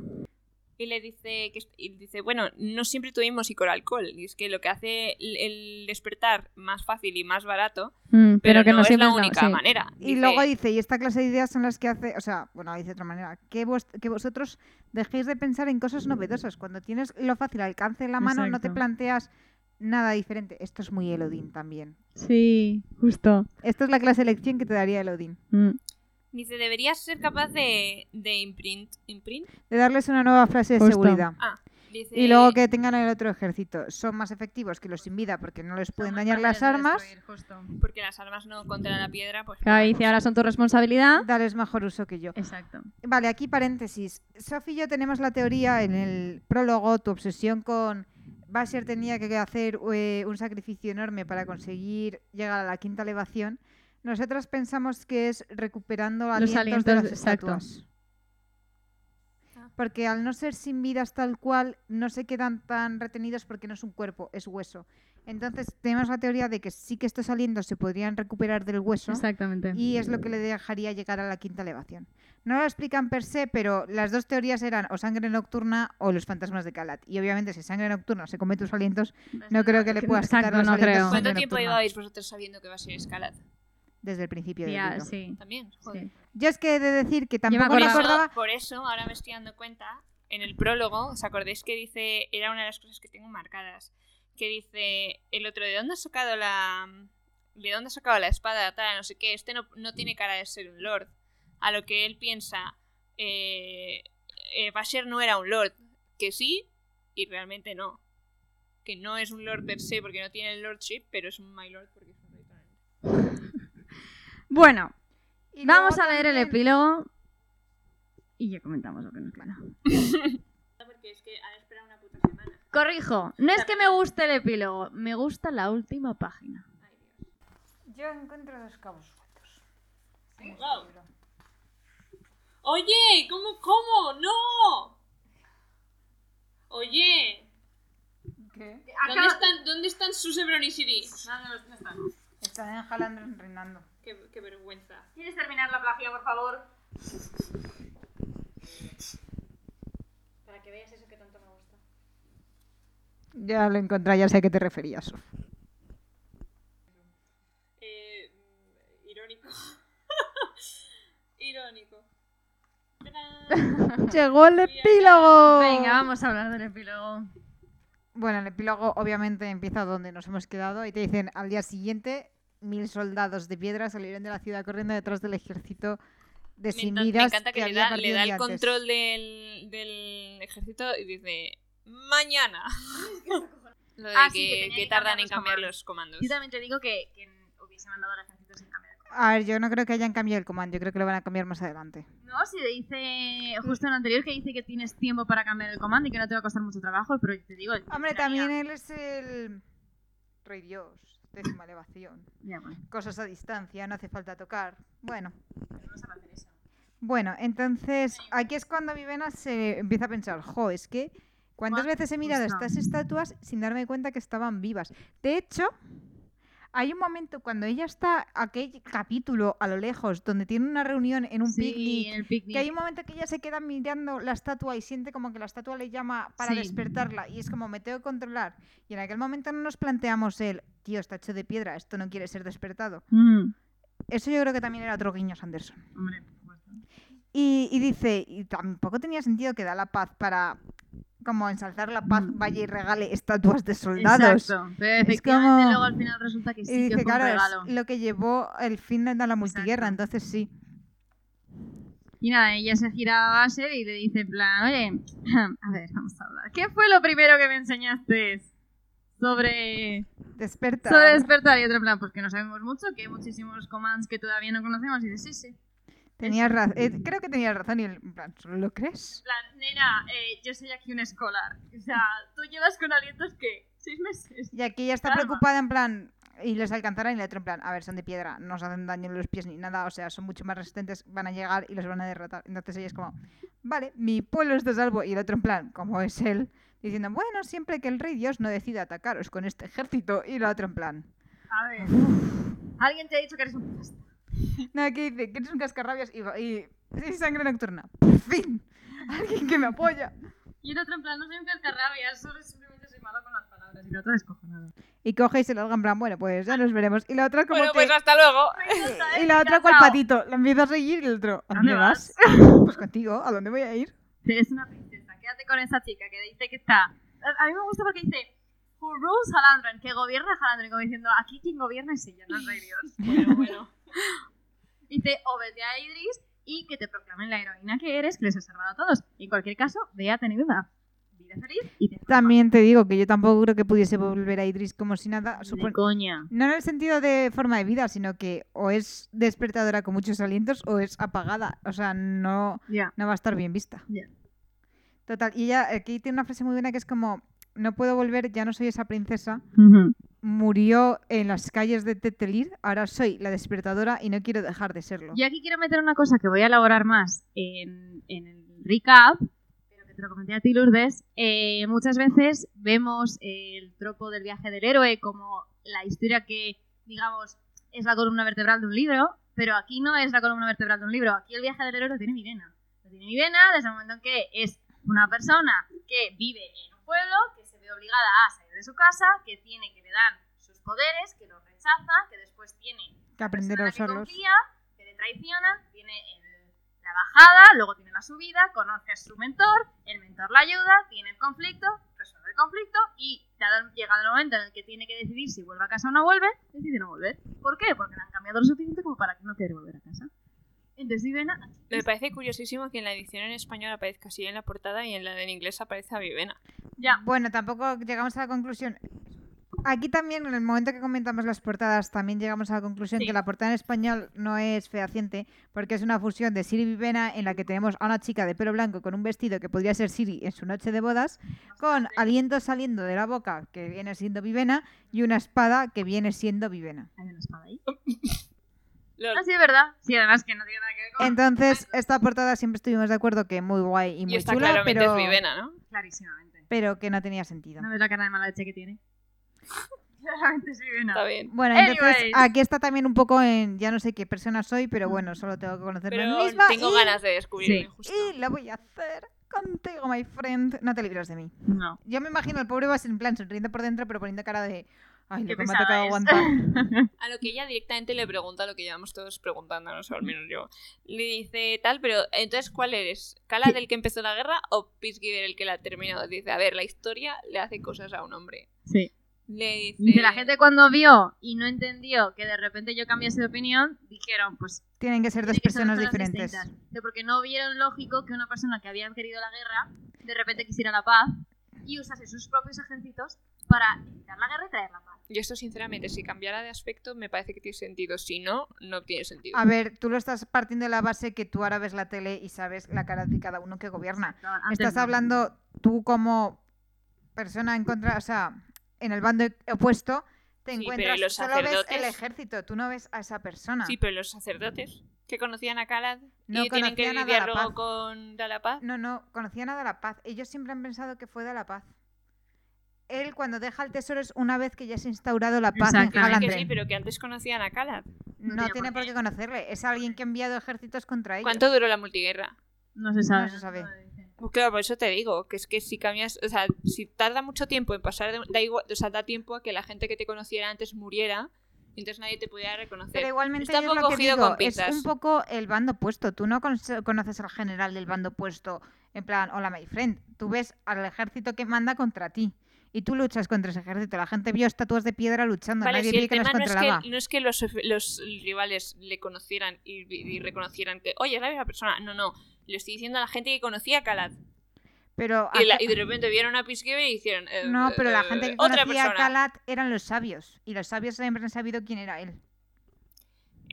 S3: Y le dice, que, y dice, bueno, no siempre tuvimos alcohol Y es que lo que hace el, el despertar más fácil y más barato,
S1: Mm, pero,
S3: pero,
S1: que no,
S3: no, es
S1: siempre
S3: la
S1: es
S3: única
S1: sí.
S3: manera.
S2: Y
S3: Dice,
S2: luego dice, y esta clase de ideas son las que hace, o sea, bueno, dice de otra manera, que, vos- que vosotros dejéis de pensar en cosas novedosas. Cuando tienes lo fácil al alcance de la mano, no te
S1: Exacto.
S2: planteas nada diferente. Esto es muy Elodín también.
S1: Sí, justo.
S2: Esta es la clase de lección que te daría Elodín.
S1: Mm.
S3: Dice, deberías ser capaz de, de imprint. ¿Imprint?
S2: De darles una nueva frase de
S1: Justo.
S2: seguridad.
S3: Ah, dice,
S2: Y luego que tengan el otro ejército. Son más efectivos que los sin vida porque no les pueden dañar las armas.
S3: Porque las armas no contra la piedra, pues.
S1: Cada
S3: pues,
S1: vez ahora son tu responsabilidad.
S2: Darles mejor uso que yo.
S1: Exacto.
S2: Vale, aquí paréntesis. Sofi y yo tenemos la teoría en el prólogo, tu obsesión con Basher tenía que hacer eh, un sacrificio enorme para conseguir llegar a la quinta elevación. Nosotras pensamos que es recuperando alientos, de
S1: alientos,
S2: las
S1: exacto.
S2: estatuas. Porque al no ser sin vidas tal cual, no se quedan tan retenidos porque no es un cuerpo, es hueso. Entonces tenemos la teoría de que sí que estos alientos se podrían recuperar del hueso
S1: Exactamente.
S2: y es lo que le dejaría llegar a la quinta elevación. No lo explican per se, pero las dos teorías eran o sangre nocturna o los fantasmas de Calat. Y obviamente si sangre nocturna se come tus alientos, no creo que le puedas
S1: Exacto,
S2: quitar los
S1: no pues
S2: alientos
S1: creo.
S2: a sangre
S3: ¿Cuánto tiempo
S2: nocturna
S3: llevabais vosotros sabiendo que va a ser escalad?
S2: desde el principio del
S1: Ya,
S2: libro.
S1: sí.
S3: También, joder.
S1: sí.
S2: Yo es que he de decir que
S1: me
S2: tampoco
S3: Por
S2: me
S1: acordaba.
S2: acordaba
S3: eso, por eso, ahora me estoy dando cuenta, en el prólogo, ¿os acordáis que dice, era una de las cosas que tengo marcadas, que dice, el otro, ¿de dónde ha sacado la... ¿De dónde ha sacado la espada? Tal, no sé qué, este no, no tiene cara de ser un lord. A lo que él piensa, eh, eh, Basher no era un lord, que sí y realmente no. Que no es un lord per se porque no tiene el lordship, pero es un my lord porque es un rey. con él.
S1: Bueno,
S2: Y
S1: vamos a
S2: luego
S1: leer el
S2: también-
S1: epílogo y ya comentamos lo que nos gana.
S3: Porque es que han esperado una puta semana.
S1: Corrijo, no es que me guste el epílogo, me gusta la última página.
S2: Yo encuentro dos cabos sueltos. en este
S3: Wow.
S2: libro.
S3: Oye, ¿cómo, cómo? ¡No! Oye, ¿dónde están, ¿dónde están Susebron y Siri?
S2: Están enjalando, enreinando.
S3: Qué, qué vergüenza.
S4: ¿Quieres terminar la página, por favor? Para que veas eso que tanto me gusta.
S2: Ya lo encontré, ya sé a qué te referías. Sof.
S3: Eh, irónico. irónico.
S2: Llegó el epílogo.
S1: Venga, vamos a hablar del epílogo.
S2: Bueno, el epílogo obviamente empieza donde nos hemos quedado y te dicen al día siguiente mil soldados de piedra salieron de la ciudad corriendo detrás del ejército de
S3: Me,
S2: sin
S3: encan- me
S2: vidas
S3: encanta que, le
S2: había
S3: da, le
S2: partido día
S3: da el
S2: antes.
S3: control del, del ejército y dice, mañana. Lo de
S1: Ah,
S3: que,
S1: sí, que tenía
S3: que
S1: que
S3: tardan
S1: cambiar
S3: en
S1: los
S3: cambiar
S1: comandos.
S3: los comandos.
S1: Yo también te digo que, que hubiese mandado al ejército sin cambiar.
S2: A ver, yo no creo que hayan cambiado el comando, yo creo que lo van a cambiar más adelante.
S1: No, si le dice justo en el anterior que dice que tienes tiempo para cambiar el comando y que no te va a costar mucho trabajo, pero yo te digo...
S2: Hombre,
S1: tiraría-
S2: también él es el rey dios, este décima elevación.
S1: Ya, pues. bueno.
S2: Cosas a distancia, no hace falta tocar. Bueno,
S1: vamos a hacer eso.
S2: Bueno, entonces aquí es cuando Vivena se empieza a pensar, jo, es que cuántas
S1: Cuán-
S2: veces he mirado
S1: justo.
S2: estas estatuas sin darme cuenta que estaban vivas. De hecho, hay un momento cuando ella está, aquel capítulo a lo lejos, donde tiene una reunión en un
S1: Sí,
S2: picnic,
S1: en el picnic.
S2: que hay un momento que ella se queda mirando la estatua y siente como que la estatua le llama para
S1: Sí.
S2: despertarla y es como, me tengo que controlar. Y en aquel momento no nos planteamos el, tío, está hecho de piedra, esto no quiere ser despertado.
S1: Mm,
S2: Eso yo creo que también era otro guiño Sanderson.
S1: hombre, por supuesto.
S2: Y, y dice, y tampoco tenía sentido que da la paz para como ensalzar la paz,
S1: Mm.
S2: vaya y regale estatuas de soldados.
S1: Exacto. Pero efectivamente
S2: como-
S1: luego al final resulta que sí,
S2: Y
S1: que
S2: dice,
S1: fue un
S2: claro,
S1: regalo.
S2: es lo que llevó el fin de la multiguerra,
S1: Exacto.
S2: entonces sí.
S1: Y nada, ella se gira a Basher y le dice en plan, oye, a ver, vamos a hablar. ¿Qué fue lo primero que me enseñaste sobre,
S2: Desperta.
S1: sobre despertar? Y otro en plan, pues que no sabemos mucho, que hay muchísimos commands que todavía no conocemos. Y dice, sí, sí.
S2: Tenías razón. eh, creo que tenías razón y el- en plan, ¿solo lo crees?
S1: plan, nena, eh, yo soy aquí un escolar. O sea, tú llevas con alientos que seis meses.
S2: Y aquí ella está
S1: Calma.
S2: preocupada en plan y les alcanzarán y la otra en plan, a ver, son de piedra, no os hacen daño en los pies ni nada, o sea, son mucho más resistentes, van a llegar y los van a derrotar. Entonces ella es como, vale, mi pueblo está a salvo y el otro en plan, como es él, diciendo, bueno, siempre que el rey Dios no decida atacaros con este ejército y la otra en plan.
S1: A ver. Alguien te ha dicho que eres un desastre.
S2: No, que dice que eres un cascarrabias y, y, y sangre nocturna. Por fin, alguien que me apoya.
S1: Y el otro en plan, no soy un cascarrabias, solo simplemente soy malo con las palabras. Y el otro descojonado.
S2: Y coge y se larga en plan, bueno, pues ya nos veremos. Y la otra como
S3: Bueno,
S2: que...
S3: pues hasta luego.
S2: Eh, Y la otra cual patito, la empieza a seguir y el otro, ¿a dónde
S1: ¿Dónde
S2: vas? pues contigo, ¿a dónde voy a ir?
S1: Eres una princesa, quédate con esa chica que dice que está... A a mí me gusta porque dice... Who rules Halandron, que gobierna Halandron, como diciendo, aquí quien gobierna es ella, no el rey Dios.
S5: Bueno, bueno.
S1: Dice, obedece a Idris y que te proclamen la heroína que eres, que les has salvado a todos. Y en cualquier caso, ve a tener una vida feliz y te
S2: También te digo que yo tampoco creo que pudiese volver a Idris como si nada. supon-
S1: De coña.
S2: No en el sentido de forma de vida, sino que o es despertadora con muchos alientos o es apagada. O sea, no,
S1: Ya.
S2: no va a estar bien vista.
S1: Ya.
S2: Total, y ella aquí tiene una frase muy buena que es como, no puedo volver, ya no soy esa princesa, murió en las calles de Tetelir, ahora soy la despertadora y no quiero dejar de serlo.
S1: Yo aquí quiero meter una cosa que voy a elaborar más en, en el recap, pero que te lo comenté a ti, Lourdes. Eh, muchas veces vemos el tropo del viaje del héroe como la historia que, digamos, es la columna vertebral de un libro, pero aquí no es la columna vertebral de un libro. Aquí el viaje del héroe lo tiene Mirena. Lo tiene Mirena desde el momento en que es una persona que vive en un pueblo, que se ve obligada a salir de su casa, que tiene que le dan sus poderes, que los rechaza, que después tiene
S2: pues Que aprender a
S1: persona que
S2: usarlos.
S1: confía, que le traiciona, tiene el- la bajada, luego tiene la subida, conoce a su mentor, el mentor la ayuda, tiene el conflicto, resuelve el conflicto y dado, llegado el momento en el que tiene que decidir si vuelve a casa o no vuelve, decide no volver. ¿Por qué? Porque le han cambiado lo suficiente como para que no quiera volver a casa. Entonces Vivena,
S3: Me parece curiosísimo que en la edición en español aparezca así en la portada y en la en inglés aparezca Vivena.
S1: ya,
S2: Bueno, tampoco llegamos a la conclusión. Aquí también, en el momento que comentamos las portadas, también llegamos a la conclusión
S1: Sí.
S2: que la portada en español no es fehaciente, porque es una fusión de Siri Vivena, en la que tenemos a una chica de pelo blanco con un vestido que podría ser Siri en su noche de bodas, con aliento saliendo de la boca, que viene siendo Vivena, y una espada que viene siendo Vivena.
S3: Ah,
S1: hay una espada ahí.
S3: Lol.
S1: Ah, sí, es verdad. Sí, además que no tiene nada que ver con...
S2: Entonces, esta portada siempre estuvimos de acuerdo que muy guay y
S3: Y
S2: muy
S3: está
S2: chula,
S3: claramente
S2: pero,
S3: es Vivena, ¿no?
S1: Clarísimamente.
S2: pero que no tenía sentido.
S1: ¿No ves la cara de mala leche que tiene? Claramente es Vivena.
S3: Está bien.
S2: Bueno, entonces
S1: Anyways.
S2: aquí está también un poco en ya no sé qué persona soy, pero bueno, solo tengo que conocerme a mí
S3: Pero
S2: misma.
S3: tengo
S2: y,
S3: ganas de descubrirme
S1: Sí.
S3: justo.
S2: y lo voy a hacer contigo, my friend. No te libras de mí.
S1: No.
S2: Yo me imagino al pobre vas en plan sonriendo por dentro, pero poniendo cara de. Ay, lo
S1: Qué
S2: que me ha
S1: pesada
S2: tocado
S1: es".
S2: aguantar.
S3: A lo que ella directamente le pregunta lo que llevamos todos preguntándonos, o al menos yo. Le dice tal, pero entonces, ¿cuál eres? ¿Cala del que empezó la guerra o Peacekeeper el que la ha terminado? Dice, a ver, la historia le hace cosas a un hombre.
S1: Sí.
S3: Le dice.
S1: Dice, la gente cuando vio y no entendió que de repente yo cambiase de opinión, dijeron, pues...
S2: Tienen que ser
S1: tiene
S2: dos
S1: que ser
S2: personas
S1: cosas
S2: diferentes.
S1: distintas. Dice, Porque no vieron lógico que una persona que había querido la guerra, de repente quisiera la paz y usase sus propios ejércitos para evitar la guerra y traer la paz.
S3: Yo esto, sinceramente, si cambiara de aspecto, me parece que tiene sentido. Si no, no tiene sentido.
S2: A ver, tú lo estás partiendo de la base que tú ahora ves la tele y sabes la cara de cada uno que gobierna.
S1: No, antes
S2: Estás
S1: no.
S2: hablando tú como persona en contra, o sea, en el bando opuesto, te
S3: Sí, pero
S2: encuentras,
S3: ¿y los
S2: solo ves el
S3: sacerdotes?
S2: ejército, tú no ves a esa persona.
S3: Sí, pero los sacerdotes que conocían a Calad
S2: Ah. No
S3: y tienen que
S2: conocían a
S3: lidiar
S2: Dalapaz.
S3: luego con Dalapaz.
S2: No, no, conocían a De la Paz. Ellos siempre han pensado que fue De la Paz. Él cuando deja el tesoro es una vez que ya se ha instaurado la paz en
S1: Exactamente.
S3: Es
S2: Halandren.
S3: que sí, pero que antes conocían a Calad.
S2: No tiene por qué conocerle. Es alguien que ha enviado ejércitos contra ellos.
S3: ¿Cuánto duró la multiguerra?
S1: No se sabe.
S2: No se sabe.
S3: Pues claro, por eso te digo, que es que si cambias, o sea, si tarda mucho tiempo en pasar, de- da igual, o sea, da tiempo a que la gente que te conociera antes muriera, y entonces nadie te pudiera reconocer.
S2: Pero igualmente yo
S3: Está
S2: es lo
S3: poco
S2: que
S3: cogido
S2: digo,
S3: con
S2: es
S3: pinzas.
S2: un poco el bando opuesto. Tú no con- conoces al general del bando opuesto en plan, hola my friend. Tú ves al ejército que manda contra ti. Y tú luchas contra ese ejército. La gente vio estatuas de piedra luchando.
S3: Vale,
S2: Nadie
S3: si
S2: vio
S3: el
S2: que las
S3: tema no es
S2: controlaba.
S3: que, no es que los, los rivales le conocieran y, y reconocieran que, oye, es la misma persona. No, no, le estoy diciendo a la gente que conocía a Calad.
S2: Pero
S3: Y, la-
S2: acá-
S3: y de repente vieron a Pisquebe y hicieron. eh,
S2: No, pero la
S3: eh,
S2: gente que
S3: otra
S2: conocía a
S3: persona.
S2: Calat eran los sabios. Y los sabios siempre han sabido quién era él.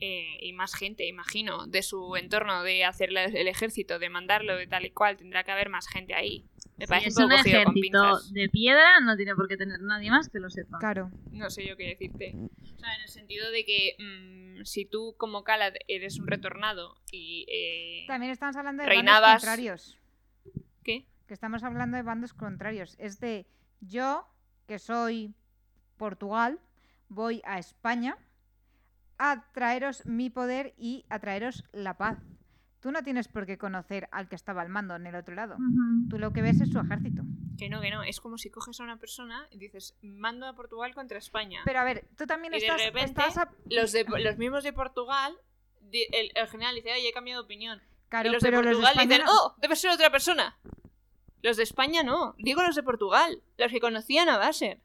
S3: eh, y más gente, imagino, de su entorno, de hacer la- el ejército, de mandarlo de tal y cual, tendrá que haber más gente ahí. Me parece
S6: es
S3: un
S6: un
S3: poco cogido con
S6: ejército
S3: pinzas.
S6: de piedra, no tiene por qué tener nadie más que lo sepa.
S2: Claro.
S3: No sé yo qué decirte. O sea, en el sentido de que mm, si tú como Cala eres un retornado y... eh,
S2: También estamos hablando de
S3: Reinabas.
S2: bandos contrarios.
S3: ¿Qué?
S2: Que estamos hablando de bandos contrarios. Es de yo, que soy Portugal, voy a España a traeros mi poder y a traeros la paz. Tú no tienes por qué conocer al que estaba al mando en el otro lado.
S6: Ujú.
S2: Tú lo que ves es su ejército.
S3: Que no, que no. Es como si coges a una persona y dices, mando a Portugal contra España.
S2: Pero a ver, tú también
S3: Y de
S2: estás,
S3: repente-
S2: estás a-
S3: los, de- los mismos de Portugal, di- el, el general dice, oye, he cambiado de opinión.
S2: Claro,
S3: y los de
S2: pero
S3: Portugal
S2: los de España
S3: dicen,
S2: no.
S3: oh, debe ser otra persona. Los de España no. Digo los de Portugal, los que conocían a Basser.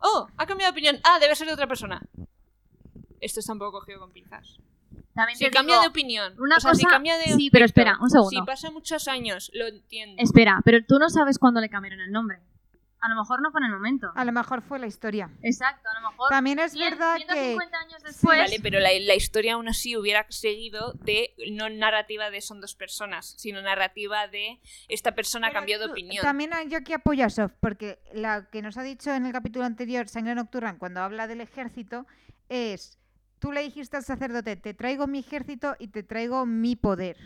S3: Oh, ha cambiado de opinión. Ah, debe ser otra persona. Esto está un poco cogido con pinzas.
S6: También
S3: Si
S6: te
S3: cambia
S6: digo,
S3: de opinión.
S6: una
S3: o sea, si
S6: cosa-
S3: cambia de
S6: sí, pero
S3: aspecto,
S6: espera, un segundo.
S3: Si pasa muchos años, lo entiendo.
S6: Espera, pero tú no sabes cuándo le cambiaron el nombre. A lo mejor no fue en el momento.
S2: A lo mejor fue la historia.
S6: Exacto, a
S3: Oh,
S6: lo mejor
S2: También es
S6: cien-
S2: verdad que
S6: 150 años después.
S3: Vale, pero la, la historia aún así hubiera seguido de no narrativa de son dos personas, sino narrativa de esta persona ha
S2: Pero
S3: cambiado de
S2: tú-
S3: opinión.
S2: También hay- yo aquí apoyo a Sof, porque la que nos ha dicho en el capítulo anterior, Sangre Nocturna, cuando habla del ejército, es, tú le dijiste al sacerdote, te traigo mi ejército y te traigo mi poder.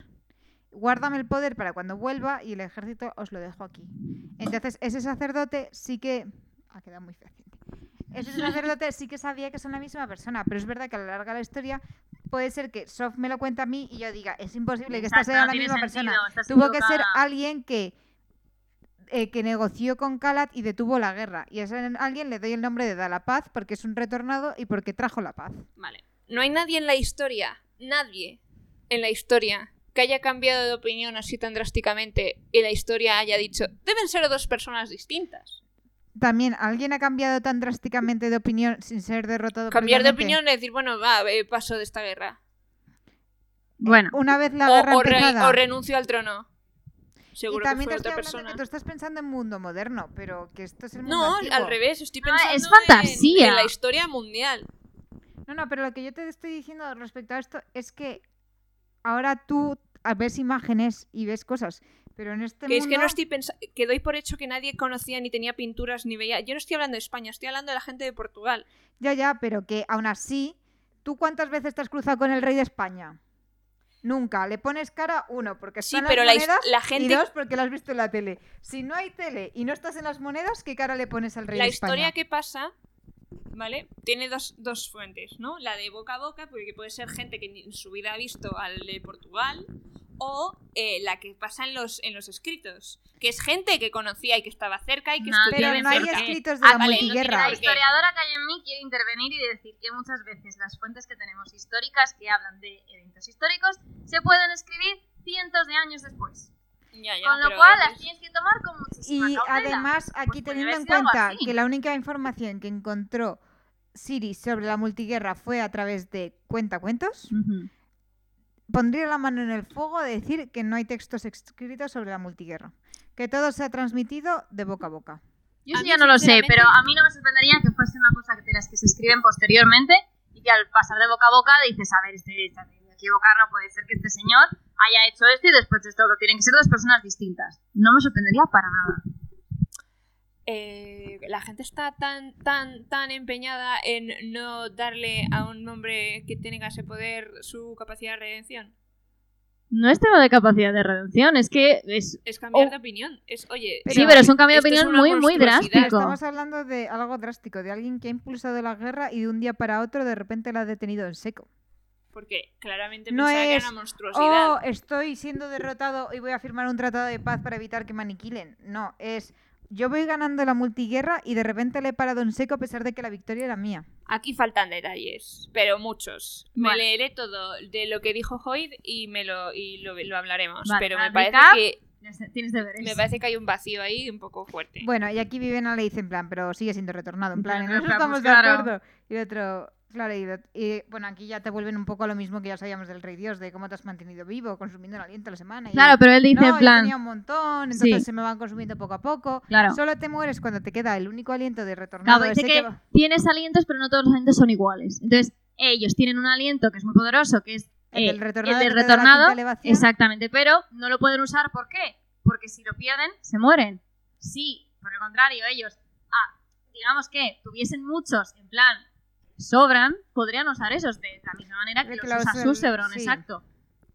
S2: Guárdame el poder para cuando vuelva y el ejército os lo dejo aquí. Entonces, ese sacerdote sí que... Ha quedado muy fácil. Ese sacerdote sí que sabía que son la misma persona, pero es verdad que a lo largo de la historia puede ser que Sof me lo cuente a mí y yo diga, es imposible que esta
S6: Exacto,
S2: sea
S6: no
S2: la
S6: tiene
S2: misma
S6: sentido,
S2: persona.
S6: estás
S2: Tuvo que ser
S6: equivocada.
S2: alguien que, eh, que negoció con Calat y detuvo la guerra. Y a ese alguien le doy el nombre de Dalapaz porque es un retornado y porque trajo la paz.
S3: Vale. No hay nadie en la historia, nadie en la historia que haya cambiado de opinión así tan drásticamente y la historia haya dicho, deben ser dos personas distintas.
S2: También, ¿alguien ha cambiado tan drásticamente de opinión sin ser derrotado?
S3: Cambiar de
S2: previamente?
S3: opinión es decir, bueno, va, eh, paso de esta guerra.
S6: Bueno,
S2: Una vez la
S3: O,
S2: guerra
S3: o re-
S2: empezada.
S3: o renuncio al trono.
S2: y
S3: Seguro que
S2: también
S3: fue
S2: te estoy
S3: otra
S2: hablando
S3: persona.
S2: que tú estás pensando en mundo moderno, pero que esto es el mundo
S3: No,
S2: antiguo.
S3: al revés, estoy
S2: Ah,
S6: No,
S3: pensando
S6: es
S3: en-
S6: fantasía.
S3: En, la historia mundial.
S2: Este No, no, pero lo que yo te estoy diciendo respecto a esto es que ahora tú ah, ves imágenes y ves cosas, pero en este
S3: Que es que no
S2: mundo-
S3: estoy pensando, que doy por hecho que nadie conocía ni tenía pinturas ni veía. Yo no estoy hablando de España, estoy hablando de la gente de Portugal.
S2: Ya, ya, pero que aún así, ¿tú cuántas veces te has cruzado con el rey de España? Nunca. Le pones cara, uno, porque
S3: Sí,
S2: están las
S3: pero la, his-
S2: monedas,
S3: la
S2: y
S3: gente
S2: dos, porque lo has visto en la tele. Si no hay tele y no estás en las monedas, ¿qué cara le pones al rey
S3: la
S2: de
S3: historia
S2: España?
S3: que pasa, ¿vale? Tiene dos, dos fuentes, ¿no? La de boca a boca, porque puede ser gente que ni en su vida ha visto al de Portugal, o eh, la que pasa en los, en los escritos, que es gente que conocía y que estaba cerca y que
S6: No,
S3: estudiaba
S6: tienen
S2: Pero no hay
S6: por
S3: cerca.
S6: qué.
S2: escritos de
S6: Ah,
S2: la
S3: vale, no tiene
S2: multiguerra.
S3: nada
S6: la
S3: ¿Por qué?
S6: historiadora que hay en mí quiere intervenir y decir que muchas veces las fuentes que tenemos históricas que hablan de eventos históricos se pueden escribir cientos de años después.
S3: Ya, ya,
S6: Con lo
S3: pero
S6: cual
S3: es-
S6: las tienes que tomar con muchísima
S2: Y
S6: cautela.
S2: además,
S3: Pues
S2: aquí
S6: podría
S2: teniendo
S6: haber
S2: en
S6: sido algo
S2: cuenta
S6: así.
S2: que la única información que encontró Siri sobre la multiguerra fue a través de cuentacuentos, pondría la mano en el fuego de decir que no hay textos escritos sobre la multiguerra. Que todo se ha transmitido de boca a boca.
S6: Yo eso
S3: A mí,
S6: ya no lo sé,
S3: sinceramente-
S6: pero a mí no me sorprendería que fuese una cosa que- de las que se escriben posteriormente y que al pasar de boca a boca dices, a ver, este está equivocar, no puede ser que este señor haya hecho esto y después de esto, otro. tienen que ser dos personas distintas. No me sorprendería para nada.
S3: eh, la gente está tan, tan, tan empeñada en no darle a un hombre que tiene ese poder su capacidad de redención.
S1: No es tema de capacidad de redención, es que es...
S3: Es cambiar
S1: Oh.
S3: de opinión. Es, oye,
S1: Sí, pero es un cambio de
S3: esto es
S1: opinión
S3: una
S1: muy, muy
S3: monstruosidad.
S1: drástico.
S2: Estamos hablando de algo drástico, de alguien que ha impulsado la guerra y de un día para otro de repente la ha detenido en seco.
S3: porque claramente
S2: No
S3: pensaba que
S2: es,
S3: era una monstruosidad.
S2: Oh, estoy siendo derrotado y voy a firmar un tratado de paz para evitar que me aniquilen. No, es yo voy ganando la multiguerra y de repente le he parado en seco a pesar de que la victoria era mía.
S3: Aquí faltan detalles, pero muchos. Me
S6: Vale.
S3: leeré todo de lo que dijo Hoyd y me lo, y lo, lo hablaremos.
S6: Vale,
S3: pero me
S6: al
S3: parece,
S6: recap-
S3: que,
S6: Tienes- Tienes deberes.
S3: me parece que hay un vacío ahí un poco fuerte.
S2: Bueno, y aquí Vivena le dice en plan, pero sigue siendo retornado, en plan, en
S6: Claro,
S2: eso
S6: pues
S2: estamos
S6: claro.
S2: de acuerdo. Y el otro, claro, y, el ot- y, bueno, aquí ya te vuelven un poco a lo mismo que ya sabíamos del Rey Dios, de cómo te has mantenido vivo, consumiendo el aliento a la semana. y
S1: Claro, pero él dice
S2: no,
S1: en
S2: yo
S1: plan...
S2: tenía un montón, entonces
S1: Sí.
S2: se me van consumiendo poco a poco.
S1: Claro.
S2: Solo te mueres cuando te queda el único aliento de retornado.
S1: Claro, dice
S2: ese
S1: que
S2: va-
S1: tienes alientos, pero no todos los alientos son iguales. Entonces, Ellos tienen un aliento que es muy poderoso, que es eh,
S2: el del retornado.
S1: el del
S2: que te da la quinta
S1: retornado,
S2: elevación.
S1: Exactamente, pero no lo pueden usar. ¿Por qué? Porque si lo pierden, se mueren. Si, por el contrario, ellos, ah, digamos que tuviesen muchos, en plan, sobran, podrían usar esos de la misma manera
S2: De
S1: que
S2: que
S1: los
S2: los
S1: usa
S2: usan,
S1: Susebron,
S2: sí.
S1: exacto.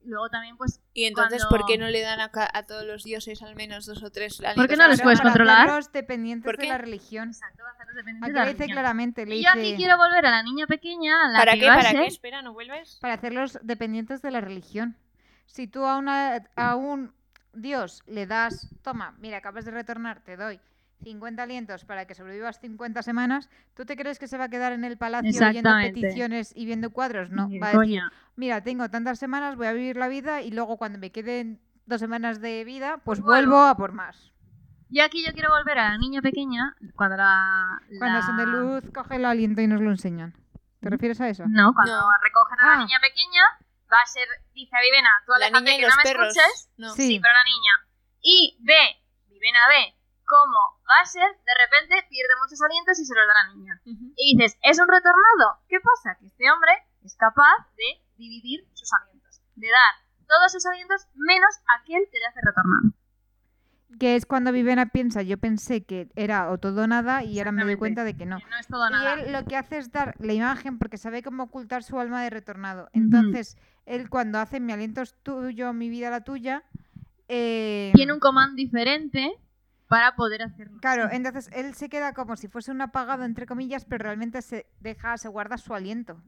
S1: Luego también, pues,
S3: Y entonces,
S1: Cuando-
S3: ¿por qué no le dan a, ca- a todos los dioses al menos dos o tres alientos?
S1: qué no
S3: a la
S1: les
S2: Claro,
S1: puedes
S2: para
S1: controlar?
S2: hacerlos dependientes
S3: ¿Por
S2: de
S3: qué?
S2: la religión.
S1: exacto, hacerlos dependientes
S2: Aquí
S1: de la
S2: le dice
S1: religión.
S2: claramente, le
S1: Y yo aquí
S2: dice,
S1: quiero volver a la niña pequeña, a la
S3: ¿Para
S1: que
S3: qué?
S1: iba a
S3: ¿Para qué?
S1: ser-
S3: Espera, ¿no vuelves?
S2: para hacerlos dependientes de la religión. Si tú a, una, a
S1: Mm.
S2: un dios le das, toma, mira, acabas de retornar, te doy 50 alientos para que sobrevivas 50 semanas, ¿tú te crees que se va a quedar en el palacio oyendo
S1: Exactamente.
S2: peticiones y viendo cuadros? No,
S1: Ni de
S2: va a decir,
S1: coña.
S2: mira, tengo tantas semanas, voy a vivir la vida y luego cuando me queden dos semanas de vida, pues
S1: vuelvo.
S2: vuelvo a por más.
S1: Yo aquí yo quiero volver a la niña pequeña, cuando la...
S2: Cuando
S1: la-
S2: son de luz, coge el aliento y nos lo enseñan.
S1: Mm.
S2: ¿Te refieres a eso?
S1: No, cuando
S3: No.
S1: recogen a la
S2: Ah.
S1: niña pequeña, va a ser, dice a Vivena, tú
S3: La
S1: aléjate
S3: niña y
S1: que
S3: los
S1: no me
S3: perros.
S1: escuches,
S3: No.
S2: Sí.
S1: sí. pero la niña. Y ve, Vivena ve, cómo va a ser, de repente pierde muchos alientos y se los da a la niña.
S3: Ujú.
S1: Y dices, es un retornado. ¿Qué pasa? Que este hombre es capaz de dividir sus alientos, de dar todos sus alientos menos aquel que le hace retornado.
S2: Que es cuando Vivena piensa, yo pensé que era o todo o nada y ahora me doy
S1: Exactamente.
S2: cuenta de que no.
S1: Que No es todo nada.
S2: Y él lo que hace es dar la imagen porque sabe cómo ocultar su alma de retornado. Entonces, él cuando hace mi aliento es tuyo, mi vida la tuya, eh,
S1: Tiene un comando diferente para poder hacerlo.
S2: Claro, entonces él se queda como si fuese un apagado, entre comillas, pero realmente se deja, se guarda su aliento.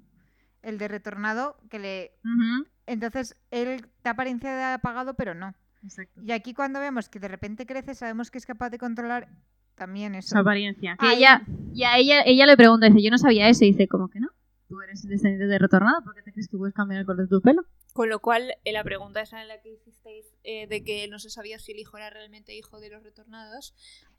S2: El de retornado, que le...
S1: Ujú,
S2: Entonces, él da apariencia de apagado, pero no.
S1: Exacto.
S2: Y aquí cuando vemos que de repente crece, sabemos que es capaz de controlar también
S1: su
S2: eso.
S1: apariencia. Que
S2: Ahí-
S1: ella, Ah, y a ella, ella le pregunta, dice, yo no sabía eso, y dice, ¿cómo que no? Tú eres descendiente de retornado, ¿por qué te crees que puedes cambiar el color de tu pelo?
S3: Con lo cual, eh, la pregunta esa en la que hicisteis eh, de que no se sabía si el hijo era realmente hijo de los retornados.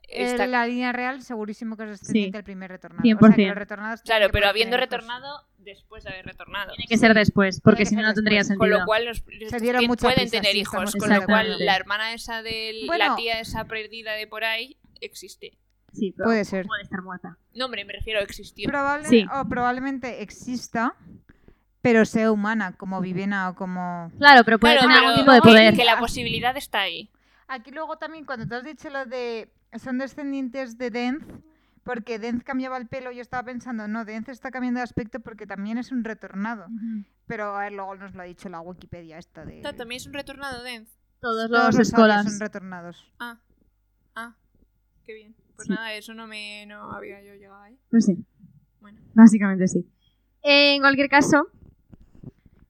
S2: Eh,
S3: está-
S2: La línea real segurísimo que es descendiente del primer retornado. O sea, que
S1: 100%.
S2: los retornados tienen
S3: Claro,
S2: que
S3: pero
S2: poder
S3: habiendo
S2: tener hijos.
S3: retornado después de haber retornado.
S1: Tiene que ser después, porque
S2: Tiene que
S1: si no,
S2: ser
S1: no tendría
S2: después.
S1: sentido.
S3: Con lo cual, los,
S2: dieron
S3: que
S2: mucha
S3: pueden
S2: prisa,
S3: tener
S2: sí,
S3: hijos,
S2: estamos
S3: con lo cual
S1: Exactamente.
S3: la hermana esa de la
S2: Bueno.
S3: tía esa perdida de por ahí existe.
S1: sí, pero
S2: Puede ser.
S1: puede estar muerta.
S3: No, hombre, me refiero a existió.
S2: Probable-
S1: Sí.
S2: o probablemente exista, pero sea humana, como Vivena o como...
S1: Claro, pero puede
S3: Claro,
S1: tener
S3: pero
S1: algún tipo de
S3: que-
S1: poder.
S3: que la posibilidad está ahí.
S2: Aquí luego también cuando te has dicho lo de son descendientes de Denz, porque Denz cambiaba el pelo, yo estaba pensando, no, Denz está cambiando de aspecto porque también es un retornado.
S1: Ujú.
S2: Pero a ver, luego nos lo ha dicho la Wikipedia esta de...
S3: Ta- También es un retornado Denz.
S1: Todos los
S2: Todos los aliens
S1: escolas.
S2: son retornados.
S3: Ah, ah, qué bien. Pues
S1: Sí.
S3: nada, eso no me no había yo llegado ahí.
S1: Pues sí.
S3: Bueno.
S1: Básicamente sí. En cualquier caso,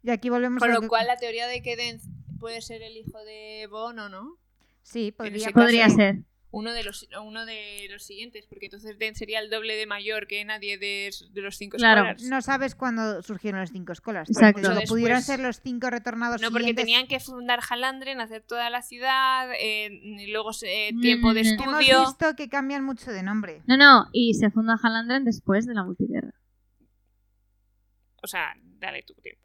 S2: Y aquí volvemos
S3: Con
S2: a
S3: lo
S2: que-
S3: cual, la teoría de que Denz puede ser el hijo de Bono, ¿no?
S2: Sí, podría,
S3: ese caso-
S1: podría
S3: sí.
S1: ser.
S3: Uno de los uno de los siguientes, porque entonces Denz sería el doble de mayor que nadie de, s- de los cinco
S1: Claro.
S3: Scholars.
S2: No sabes cuándo surgieron los cinco escolas.
S1: Exacto.
S2: Porque
S3: Después-
S2: pudieron ser los cinco retornados
S3: No, porque
S2: siguientes.
S3: tenían que fundar Halandren, hacer toda la ciudad, eh, y luego eh,
S1: Mm,
S3: tiempo de
S1: hemos
S2: Hemos
S3: estudio.
S2: visto que cambian mucho de nombre.
S1: No, no, y se funda Halandren después de la multiguerra.
S3: O sea, dale tu tiempo.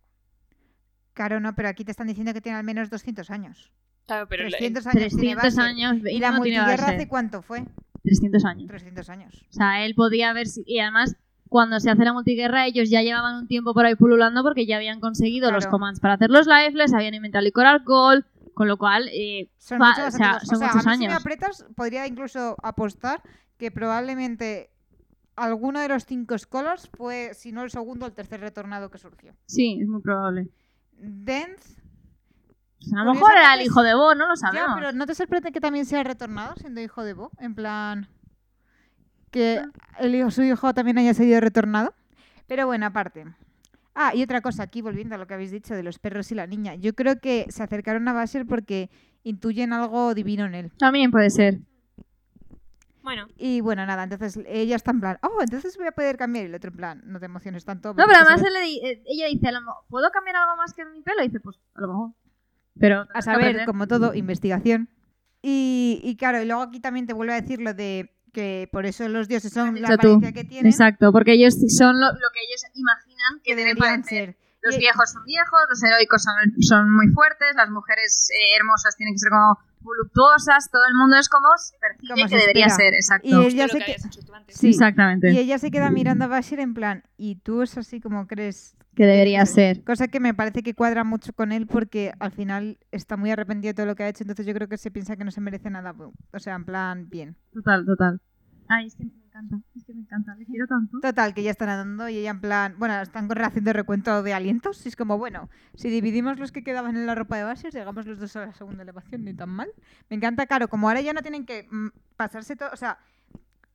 S2: Claro, no, pero aquí te están diciendo que tiene al menos 200 años.
S3: Claro, pero eh, la-
S2: 300 años tiene
S1: 300
S2: base.
S1: años.
S2: ¿Y la
S1: no tiene
S2: multiguerra
S1: base.
S2: hace cuánto fue?
S1: 300 años.
S2: 300 años.
S1: O sea, él podía haber... si- Y además, cuando se hace la multiguerra, ellos ya llevaban un tiempo por ahí pululando porque ya habían conseguido los
S2: Claro.
S1: commands para hacer los lifeless, habían inventado licor alcohol, con lo cual... eh,
S2: Son
S1: Fa-
S2: muchos
S1: o sea, son muchos
S2: a mí si me
S1: años.
S2: aprietas, podría incluso apostar que probablemente alguno de los cinco escolas fue, si no el segundo, el tercer retornado que surgió.
S1: sí, es muy probable.
S2: Denz,
S1: O sea, a lo mejor era el hijo de Bo, no lo
S2: ya,
S1: sabemos.
S2: pero ¿no te sorprende que también sea retornado siendo hijo de Bo? En plan, que el hijo, su hijo también haya sido retornado. Ah. Pero bueno, aparte. Ah, y otra cosa, aquí volviendo a lo que habéis dicho de los perros y la niña. Yo creo que se acercaron a Basher porque intuyen algo divino en él.
S1: También puede ser.
S3: bueno,
S2: Y bueno, nada, entonces ella está en plan, oh, entonces voy a poder cambiar. Y el otro en plan, no te emociones tanto.
S1: No,
S2: porque
S1: pero además él
S2: sabes-
S1: le di- eh, ella dice, a lo mo- ¿puedo cambiar algo más que mi pelo? Y dice, pues a lo mejor. Pero...
S2: A
S1: tendrás que
S2: saber, ¿eh?
S1: aprender.
S2: como todo, investigación. Y, y claro, y luego aquí también te vuelvo a decir lo de que por eso los dioses son
S1: dicho
S2: la
S1: tú.
S2: apariencia que tienen.
S1: Exacto, porque ellos son lo, lo que ellos imaginan que
S2: que
S1: deben
S2: deberían
S1: parecer.
S2: ser.
S1: Los
S2: Y-
S1: viejos son viejos, los heroicos son, son muy fuertes, las mujeres eh, hermosas tienen que ser como voluptuosas, todo el mundo es como se percibe
S2: Como
S1: que
S2: se
S1: debería
S2: espera.
S1: ser, exacto.
S2: Y
S3: ya
S2: ella,
S3: lo
S2: se
S3: que,
S2: que-
S3: habías dicho tú antes.
S2: sí,
S1: Exactamente.
S2: y ella se queda mirando a Bashir en plan, ¿y tú es así como crees
S1: que debería ser.
S2: Cosa que me parece que cuadra mucho con él porque al final está muy arrepentido de todo lo que ha hecho, entonces yo creo que se piensa que no se merece nada. bu- O sea, en plan, bien.
S6: Total, total. Ay, es que me encanta, es que me encanta, le quiero tanto.
S2: Total, que ya están andando y ella en plan, bueno, están corre- haciendo recuento de alientos y es como, bueno, si dividimos los que quedaban en la ropa de bases, llegamos los dos a la segunda elevación, ni tan mal. Me encanta, claro, como ahora ya no tienen que mm, pasarse todo, o sea,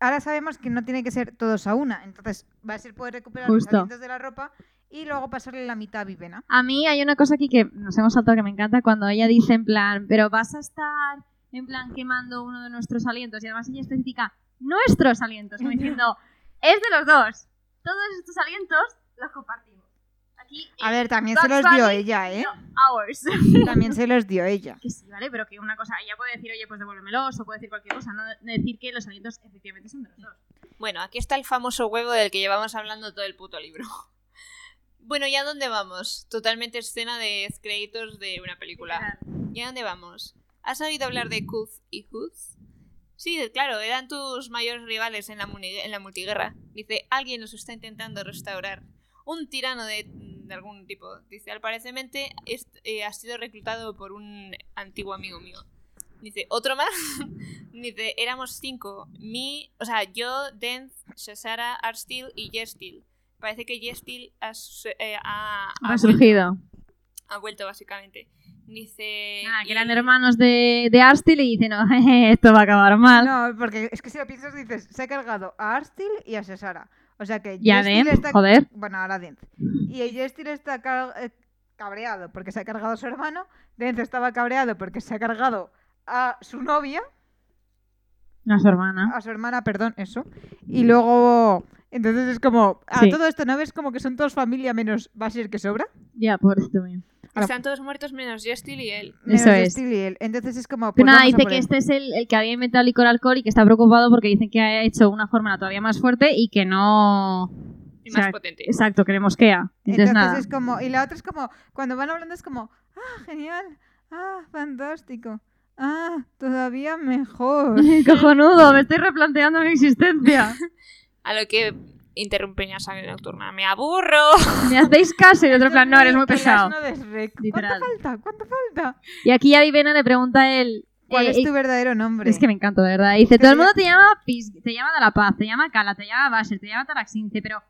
S2: ahora sabemos que no tiene que ser todos a una, entonces va a ser poder recuperar los
S1: Justo.
S2: alientos de la ropa y luego pasarle la mitad a Vivena.
S1: A mí hay una cosa aquí que nos hemos saltado que me encanta cuando ella dice en plan, pero vas a estar en plan quemando uno de nuestros alientos y además ella especifica nuestros alientos, como diciendo, es de los dos. Todos estos alientos los compartimos. Aquí
S2: A
S1: es
S2: ver, también
S1: Bugs
S2: se los dio
S1: Bunny,
S2: ella, ¿eh?
S1: ours.
S2: También se los dio ella.
S1: que sí, ¿vale? Pero que una cosa, ella puede decir, oye, pues devuélvemelos o puede decir cualquier cosa, no de- decir que los alientos efectivamente son de los dos.
S3: Bueno, aquí está el famoso huevo del que llevamos hablando todo el puto libro. Bueno, ¿y a dónde vamos? Totalmente escena de créditos de una película. ¿Y a dónde vamos? ¿Has oído hablar de Kuz y Huz? Sí, claro, eran tus mayores rivales en la, muni- en la multiguerra. Dice, alguien los está intentando restaurar. Un tirano de, de algún tipo. Dice, al parecermente es- eh, ha sido reclutado por un antiguo amigo mío. Dice, ¿otro más? Dice, éramos cinco. Mi, o sea, yo, Denz, Shasara, Arstil y Jestil. Parece que Jestil ha, su- eh, ha, ha vuelto,
S1: surgido.
S3: ha vuelto, básicamente. Dice...
S1: Nada,
S3: y-
S1: Ah, que eran hermanos de, de Arstil y dicen, no, jeje, esto va a acabar mal.
S2: No, porque es que si lo piensas dices, se ha cargado a Arstil y a Cesara. O sea que
S1: Y a
S2: Jestil
S1: Dent, joder.
S2: Bueno, ahora Dent.
S1: Mm.
S2: Y Jestil está ca- eh, cabreado porque se ha cargado a su hermano. Dent estaba cabreado porque se ha cargado a su novia,
S1: No, su hermana.
S2: a su hermana, perdón, eso. Y luego... Entonces es como... A
S1: Mm. Sí.
S2: todo esto, ¿no ves como que son todos familia menos va a ser que sobra?
S1: Ya, pobrecito mío.
S3: Están todos muertos menos Jestil y él.
S2: Menos
S1: Eso es.
S2: Jestil y él. Entonces es como...
S1: Pero
S2: pues
S1: nada,
S2: vamos a
S1: dice
S2: por
S1: que
S2: él.
S1: este es el, el que había inventado el licor alcohol y que está preocupado porque dicen que ha hecho una fórmula todavía más fuerte y que no...
S3: Y
S1: O
S3: más
S1: sea,
S3: potente.
S1: Exacto, que le mosquea. Entonces,
S2: Entonces
S1: nada.
S2: es como, y la otra es como, cuando van hablando es como, ah, genial, ah, fantástico, ah, todavía mejor.
S1: Cojonudo, me estoy replanteando mi existencia.
S3: A lo que interrumpen a sangre nocturna. ¡Me aburro!
S1: Me hacéis caso y el otro
S2: Esto
S1: plan, no,
S2: es
S1: eres muy
S2: el
S1: pesado.
S2: asno de Shrek.
S1: Literal.
S2: ¿Cuánto falta? ¿Cuánto falta?
S1: Y aquí ya Vivena le pregunta a él...
S2: ¿Cuál
S1: eh,
S2: es tu verdadero nombre?
S1: Es que me encanta, de verdad. Dice,
S2: Pero
S1: todo el
S2: ya-
S1: mundo te llama Pis, te llama de la Paz, te llama Cala, te llama Basel, te llama Talaxin, dice, pero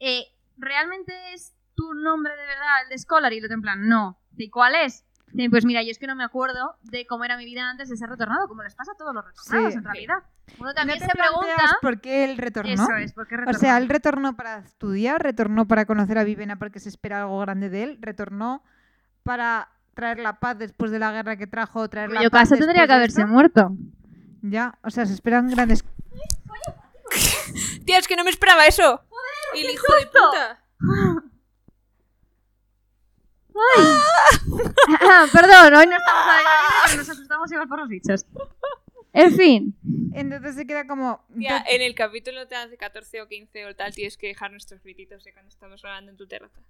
S1: eh, ¿realmente es tu nombre de verdad el de Scholar? Y el otro en plan, no. Dice, ¿cuál es? Dice, pues mira, yo es que no me acuerdo de cómo era mi vida antes de ser retornado, como les pasa a todos los retornados,
S2: Sí.
S1: en realidad. Uno
S2: ¿No
S1: también
S2: te
S1: se
S2: planteas
S1: pregunta...
S2: por qué él retornó?
S1: Eso es, porque
S2: O sea, él retornó para estudiar, retornó para conocer a Vivena porque se espera algo grande de él, retornó para traer la paz después de la guerra que trajo, traer la
S1: Pues yo
S2: paz
S1: caso tendría
S2: después
S1: que
S2: de
S1: haberse
S2: esto.
S1: muerto.
S2: Ya, o sea, se esperan grandes
S3: Tío, es que no me esperaba eso. Y el hijo de puta.
S1: Perdón, hoy no estamos a pero nos asustamos igual por los bichos. En fin,
S2: Entonces se queda como.
S3: Tía,
S2: "Do-
S3: en el capítulo te hace 14 o 15 o tal, tienes que dejar nuestros grititos de cuando estamos hablando en tu terraza.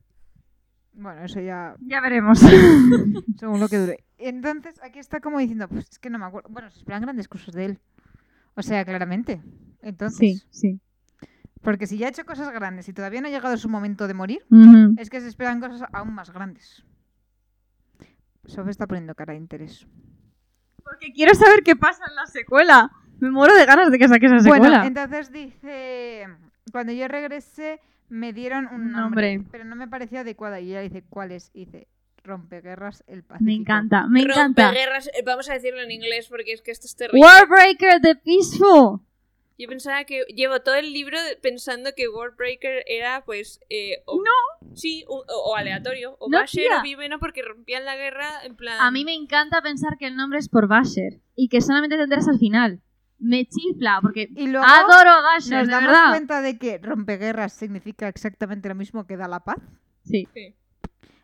S2: Bueno, eso ya,
S1: ya veremos.
S2: según lo que dure. Entonces aquí está como diciendo, pues es que no me acuerdo. Bueno, se esperan grandes cosas de él. O sea, claramente. Entonces,
S1: Sí, sí.
S2: porque si ya ha hecho cosas grandes y todavía no ha llegado su momento de morir,
S1: Ujú.
S2: es que se esperan cosas aún más grandes. Sof está poniendo cara de interés.
S1: Porque quiero saber qué pasa en la secuela. Me muero de ganas de que saques esa secuela.
S2: Bueno, entonces dice, cuando yo regresé me dieron un
S1: Un
S2: nombre,
S1: nombre.
S2: pero no me parecía adecuada. Y ella dice, ¿cuál es? Y dice, rompeguerras el Pacífico.
S1: me encanta, me encanta.
S3: Rompeguerras- eh, vamos a decirlo en inglés porque es que esto es terrible.
S1: Warbreaker the Peaceful.
S3: Yo pensaba que llevo todo el libro pensando que Warbreaker era pues eh, o, sí o, o- o aleatorio o
S1: No,
S3: Basher
S1: tía.
S3: o Vivena porque rompían la guerra en plan
S1: A mí me encanta pensar que el nombre es por Basher y que solamente tendrás al final. Me chifla porque
S2: Y luego...
S1: adoro a Basher,
S2: Nos
S1: de
S2: damos
S1: verdad.
S2: cuenta de que rompeguerras significa exactamente lo mismo que da la paz.
S1: Sí.
S3: Sí.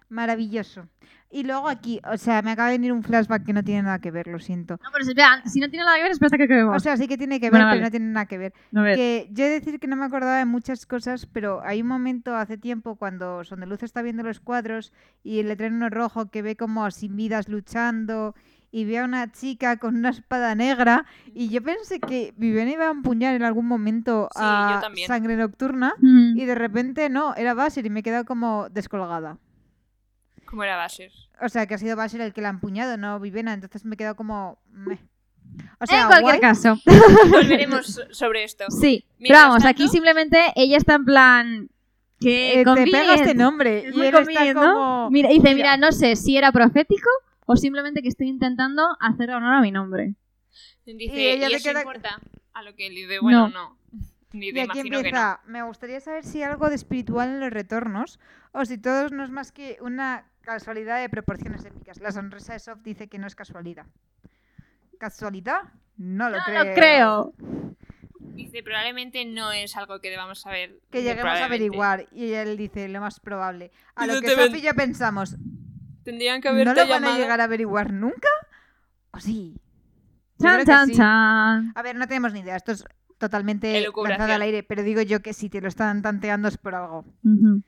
S2: Maravilloso. Y luego aquí, o sea, me acaba de venir un flashback que no tiene nada que ver, lo siento.
S1: No, pero espera, si no tiene nada que ver, espera hasta que acabemos.
S2: O sea, sí que tiene que ver,
S1: Bueno,
S2: pero
S1: vale.
S2: no tiene nada que ver.
S1: A ver.
S2: Que yo he de decir que no me acordaba de muchas cosas, pero hay un momento hace tiempo cuando Sondeluz está viendo los cuadros y el letrero rojo que ve como a sin vidas luchando y ve a una chica con una espada negra y yo pensé que Viviana iba a empuñar en algún momento
S3: Sí, yo
S2: a
S3: también.
S2: Sangre Nocturna
S1: Mm.
S2: y de repente no, era Basher y me he quedado como descolgada.
S3: ¿Cómo era Basher?
S2: O sea, que ha sido Basher el que la ha empuñado, no Viviana, entonces me he quedado como... meh. O sea,
S1: en cualquier
S2: guay.
S1: caso.
S3: Volveremos so- sobre esto.
S1: Sí. Pero
S3: Mientras
S1: vamos,
S3: tanto-
S1: aquí simplemente ella está en plan. Que
S2: Eh, te
S1: conviene.
S2: pega este nombre
S1: Es
S2: y
S1: muy
S2: él está
S1: convenient,
S2: como...
S1: Mira, dice,
S2: Mira.
S1: mira, no sé si era profético o simplemente que estoy intentando hacer honor a mi nombre.
S3: Dice,
S2: Y
S3: y,
S2: ella te
S3: eso
S2: queda-
S3: importa a lo que le dice, bueno, no. Ni
S2: Y
S3: te
S2: aquí
S3: imagino que no.
S2: empieza. Me gustaría saber si hay algo de espiritual en los retornos o si todos no es más que una casualidad de proporciones épicas. La sonrisa de Soft dice que no es casualidad. ¿Casualidad? No lo creo.
S1: No creo.
S3: Dice, probablemente no es algo que debamos saber.
S2: Que
S3: Dice,
S2: lleguemos a
S3: "Probablemente".
S2: averiguar. Y él dice lo más probable. A
S3: Y
S2: lo
S3: no
S2: que
S3: te ven-
S2: Soft y yo pensamos,
S3: Tendrían que
S2: ¿no
S3: haberte
S2: lo van
S3: llamado.
S2: a llegar a averiguar nunca? ¿O sí? Yo
S1: Chan,
S2: creo que
S1: chan,
S2: sí.
S1: chan.
S2: A ver, no tenemos ni idea. Esto es totalmente
S3: Elucubración.
S2: lanzado al aire. Pero digo yo que si te lo están tanteando es por algo.
S1: Ujú.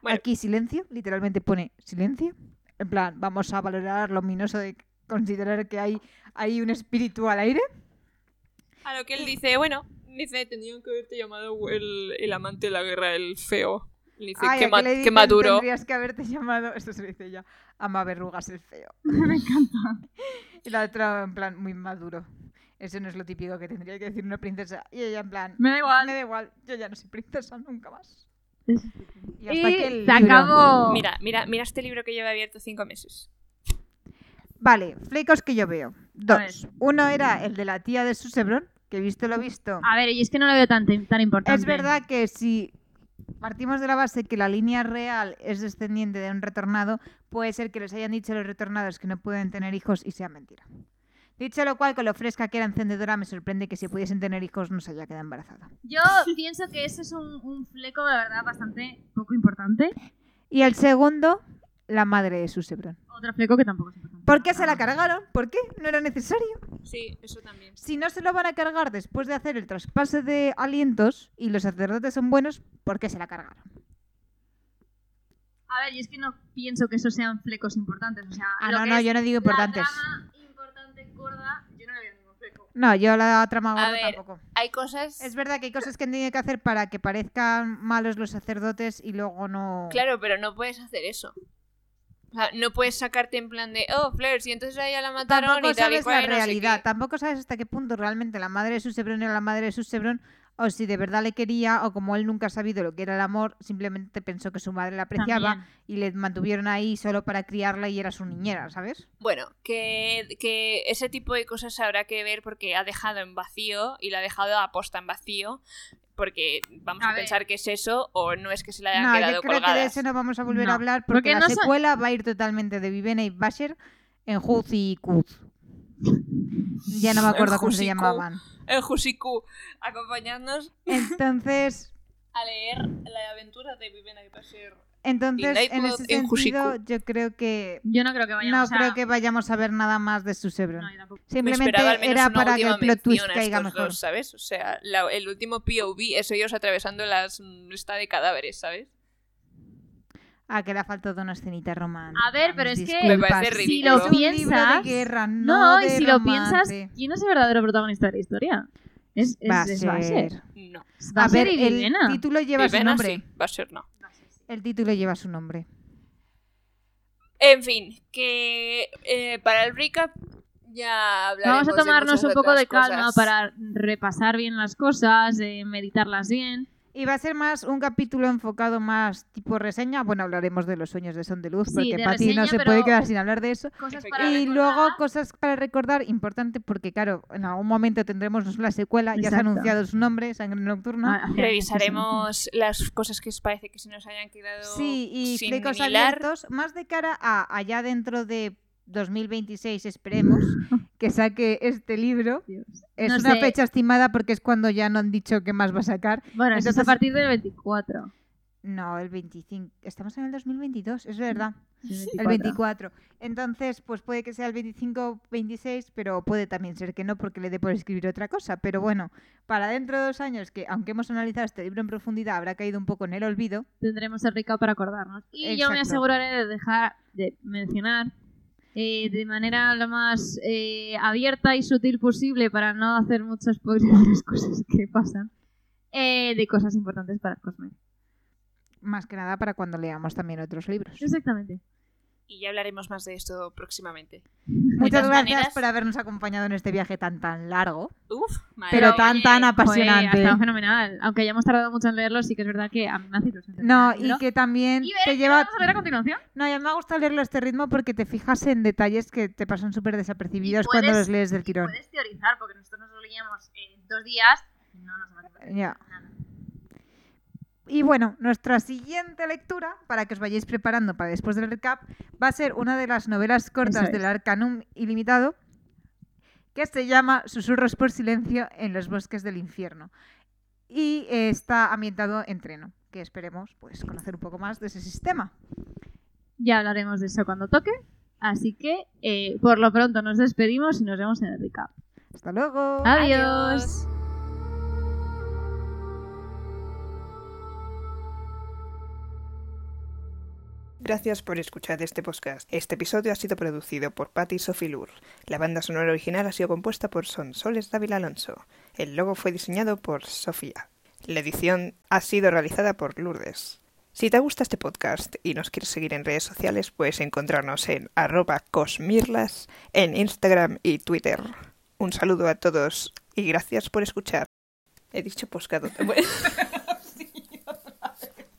S3: Bueno.
S2: Aquí silencio, literalmente pone silencio. En plan, vamos a valorar lo ominoso de considerar que hay, hay un espíritu al aire.
S3: A lo que él dice, bueno, dice, tendrían que haberte llamado el, el amante de la guerra, el feo. Y Dice,
S2: Ay,
S3: qué,
S2: ¿a
S3: ma-
S2: qué le
S3: qué
S2: dicen,
S3: maduro.
S2: Tendrías que haberte llamado, esto se lo dice ya, ama verrugas el feo.
S1: Me encanta.
S2: Y la otra, en plan, muy maduro. Eso no es lo típico que tendría que decir una princesa. Y ella, en plan,
S1: Me da igual.
S2: me da igual, yo ya no soy princesa nunca más.
S1: Es-
S2: Y
S1: Y
S2: hasta aquí el
S1: se
S2: libro.
S1: acabó.
S3: Mira, mira, mira este libro que lleva abierto cinco meses.
S2: Vale, flecos que yo veo.
S1: ver.
S2: Dos. Uno era el de la tía de Susebrón, que visto lo visto.
S1: A ver, y es que no lo veo tan, tan importante.
S2: Es verdad que si partimos de la base que la línea real es descendiente de un retornado, puede ser que les hayan dicho a los retornados que no pueden tener hijos y sea mentira. Dicho lo cual, con lo fresca que era encendedora, me sorprende que si pudiesen tener hijos no se haya quedado embarazada.
S1: Yo pienso que ese es un, un fleco, la verdad, bastante poco importante.
S2: Y el segundo, la madre de Susebrón.
S1: Otro fleco que tampoco es importante. Ah.
S2: ¿Por qué se la cargaron? ¿Por qué? No era necesario.
S3: Sí, eso también.
S2: Si no se lo van a cargar después de hacer el traspase de alientos y los sacerdotes son buenos, ¿por qué se la cargaron?
S1: A ver, y es que no pienso que esos sean flecos importantes. O sea,
S2: Ah,
S1: lo
S2: no,
S1: que
S2: no,
S1: es
S2: yo no digo
S1: la
S2: importantes.
S1: trama importante gorda, yo no le veo ningún fleco.
S2: No, yo la trama gorda
S3: ver,
S2: tampoco.
S3: Hay cosas.
S2: Es verdad que hay cosas que han tenido que hacer para que parezcan malos los sacerdotes y luego no.
S3: Claro, pero no puedes hacer eso. O sea, no puedes sacarte en plan de, oh, Flair, si entonces a ella la mataron
S2: Tampoco
S3: y tal y
S2: sabes
S3: cual.
S2: la
S3: y no sé
S2: realidad,
S3: qué".
S2: tampoco sabes hasta qué punto realmente la madre de Susebrón era la madre de Susebrón, o si de verdad le quería, o como él nunca ha sabido lo que era el amor, simplemente pensó que su madre la apreciaba
S1: También.
S2: y le mantuvieron ahí solo para criarla y era su niñera, ¿sabes?
S3: Bueno, que, que ese tipo de cosas habrá que ver porque ha dejado en vacío y la ha dejado aposta en vacío. Porque vamos a,
S1: A ver.
S3: pensar que es eso o no es que se la hayan
S2: No,
S3: quedado
S2: yo creo que de
S3: colgadas.
S2: eso no vamos a volver a
S1: No,
S2: hablar porque,
S1: porque
S2: la
S1: no so-
S2: secuela va a ir totalmente de Vivena y Basher en Juz y Kuz. Ya no me
S3: En
S2: acuerdo cómo
S3: Juz
S2: se
S3: y Kuz.
S2: llamaban.
S3: El Jusiku, acompañadnos
S2: Entonces,
S3: a leer la aventura de Vivena y Pasir.
S2: Entonces, en
S3: Nightblood
S2: ese
S3: en
S2: sentido,
S3: Hushiku.
S2: yo creo que
S1: Yo no creo que vayan
S2: no
S1: o sea,
S2: creo que vayamos a ver nada más de su cerebro.
S1: no, yo tampoco.
S2: Simplemente
S3: esperaba al menos
S2: era
S3: una
S2: para que
S3: última
S2: el plot twist
S3: mención a
S2: caiga
S3: estos
S2: mejor.
S3: dos, ¿sabes? O sea, la- el último POV es ellos atravesando las mm, esta de cadáveres, ¿sabes?
S2: Ah, que le ha faltado una escenita romántica.
S1: A ver, pero
S2: mis
S1: es que
S2: disculpas.
S3: Me parece
S1: si
S3: ridículo.
S1: lo
S2: Es un libro de
S1: piensas.
S2: guerra, no,
S1: No, y
S2: de
S1: si lo piensas,
S2: romance.
S1: ¿quién es el verdadero protagonista de la historia? Es, es,
S2: Va a
S1: es
S2: ser.
S1: Basher.
S3: No.
S1: Es
S2: A
S1: Basher
S2: ver,
S1: y
S2: el
S1: Vivena.
S2: título lleva su
S3: Vivena
S2: nombre.
S3: sí, va a ser no.
S2: El título lleva su nombre.
S3: En fin, que eh, para el recap ya hablaremos.
S1: Vamos a
S3: de
S1: tomarnos
S3: muchas
S1: un poco
S3: otras
S1: de calma
S3: cosas.
S1: para repasar bien las cosas, eh, meditarlas bien.
S2: Y va a ser más un capítulo enfocado más tipo reseña. Bueno, hablaremos de los sueños de Son de Luz,
S1: Sí,
S2: porque
S1: de
S2: Pati no
S1: reseña,
S2: se
S1: pero-
S2: puede quedar sin hablar de eso.
S1: Cosas
S3: Y
S1: para
S2: Y
S1: recordar.
S2: luego cosas para recordar, importante porque claro, en algún momento tendremos la secuela, ya se ha
S1: Exacto.
S2: anunciado su nombre, Sangre Nocturna.
S1: Ah, hacer-
S3: Revisaremos las cosas que os parece que se nos hayan quedado
S2: sí, y
S3: sin
S2: flecos
S3: hilar.
S2: abiertos, más de cara a allá dentro de 2026 esperemos que saque este libro.
S1: Dios.
S2: Es
S1: No
S2: una
S1: sé.
S2: fecha estimada porque es cuando ya no han dicho qué más va a sacar.
S1: Bueno, eso es
S2: Entonces-
S1: a partir del 24.
S2: No, el 25. Estamos en el 2022,
S1: Mm,
S2: es verdad. El 24. Entonces, pues puede que sea el 25, 26, pero puede también ser que no, porque le dé por escribir otra cosa. Pero bueno, para dentro de dos años, que aunque hemos analizado este libro en profundidad, habrá caído un poco en el olvido.
S1: Tendremos el recap para acordarnos. Y yo me
S2: Exacto.
S1: aseguraré de dejar de mencionar eh, de manera lo más eh, abierta y sutil posible para no hacer mucho spoiler de las cosas que pasan, eh, de cosas importantes para Cosme.
S2: Más que nada para cuando leamos también otros libros.
S1: Exactamente.
S3: Y ya hablaremos más de esto próximamente.
S2: Muchas
S3: todas
S2: gracias
S3: maneras-
S2: por habernos acompañado en este viaje tan tan largo,
S3: Uf, madre
S2: pero,
S3: mía.
S2: tan tan
S1: Joder, ha
S2: apasionante.
S1: estado fenomenal. Aunque hayamos tardado mucho en leerlo, sí que es verdad que a mí me hace ilusión.
S2: No,
S1: terminar el
S2: y
S1: libro.
S2: que también
S1: Y ver
S2: te
S1: qué
S2: lleva...
S1: vamos a ver a continuación.
S2: No, ya me ha gustado leerlo a este ritmo porque te fijas en detalles que te pasan súper desapercibidos
S1: puedes-
S2: cuando los lees del
S1: y
S2: tirón.
S1: Puedes teorizar, porque nosotros nos lo leíamos en dos días. No nos va a tener
S2: Ya.
S1: nada.
S2: Y bueno, nuestra siguiente lectura, para que os vayáis preparando para después del recap, va a ser una de las novelas cortas
S1: es.
S2: del Arcanum Ilimitado, que se llama Susurros por Silencio en los Bosques del Infierno. Y eh, está ambientado en Treno, que esperemos pues, conocer un poco más de ese sistema.
S1: Ya hablaremos de eso cuando toque. Así que, eh, por lo pronto, nos despedimos y nos vemos en el recap.
S2: Hasta luego.
S1: Adiós.
S7: Gracias por escuchar este podcast. Este episodio ha sido producido por Patty Sophie Lur. La banda sonora original ha sido compuesta por Sonsoles Dávila Alonso. El logo fue diseñado por Sofía. La edición ha sido realizada por Lourdes. Si te gusta este podcast y nos quieres seguir en redes sociales, puedes encontrarnos en arroba cosmirlas en Instagram y Twitter. Un saludo a todos y gracias por escuchar. He dicho poscado.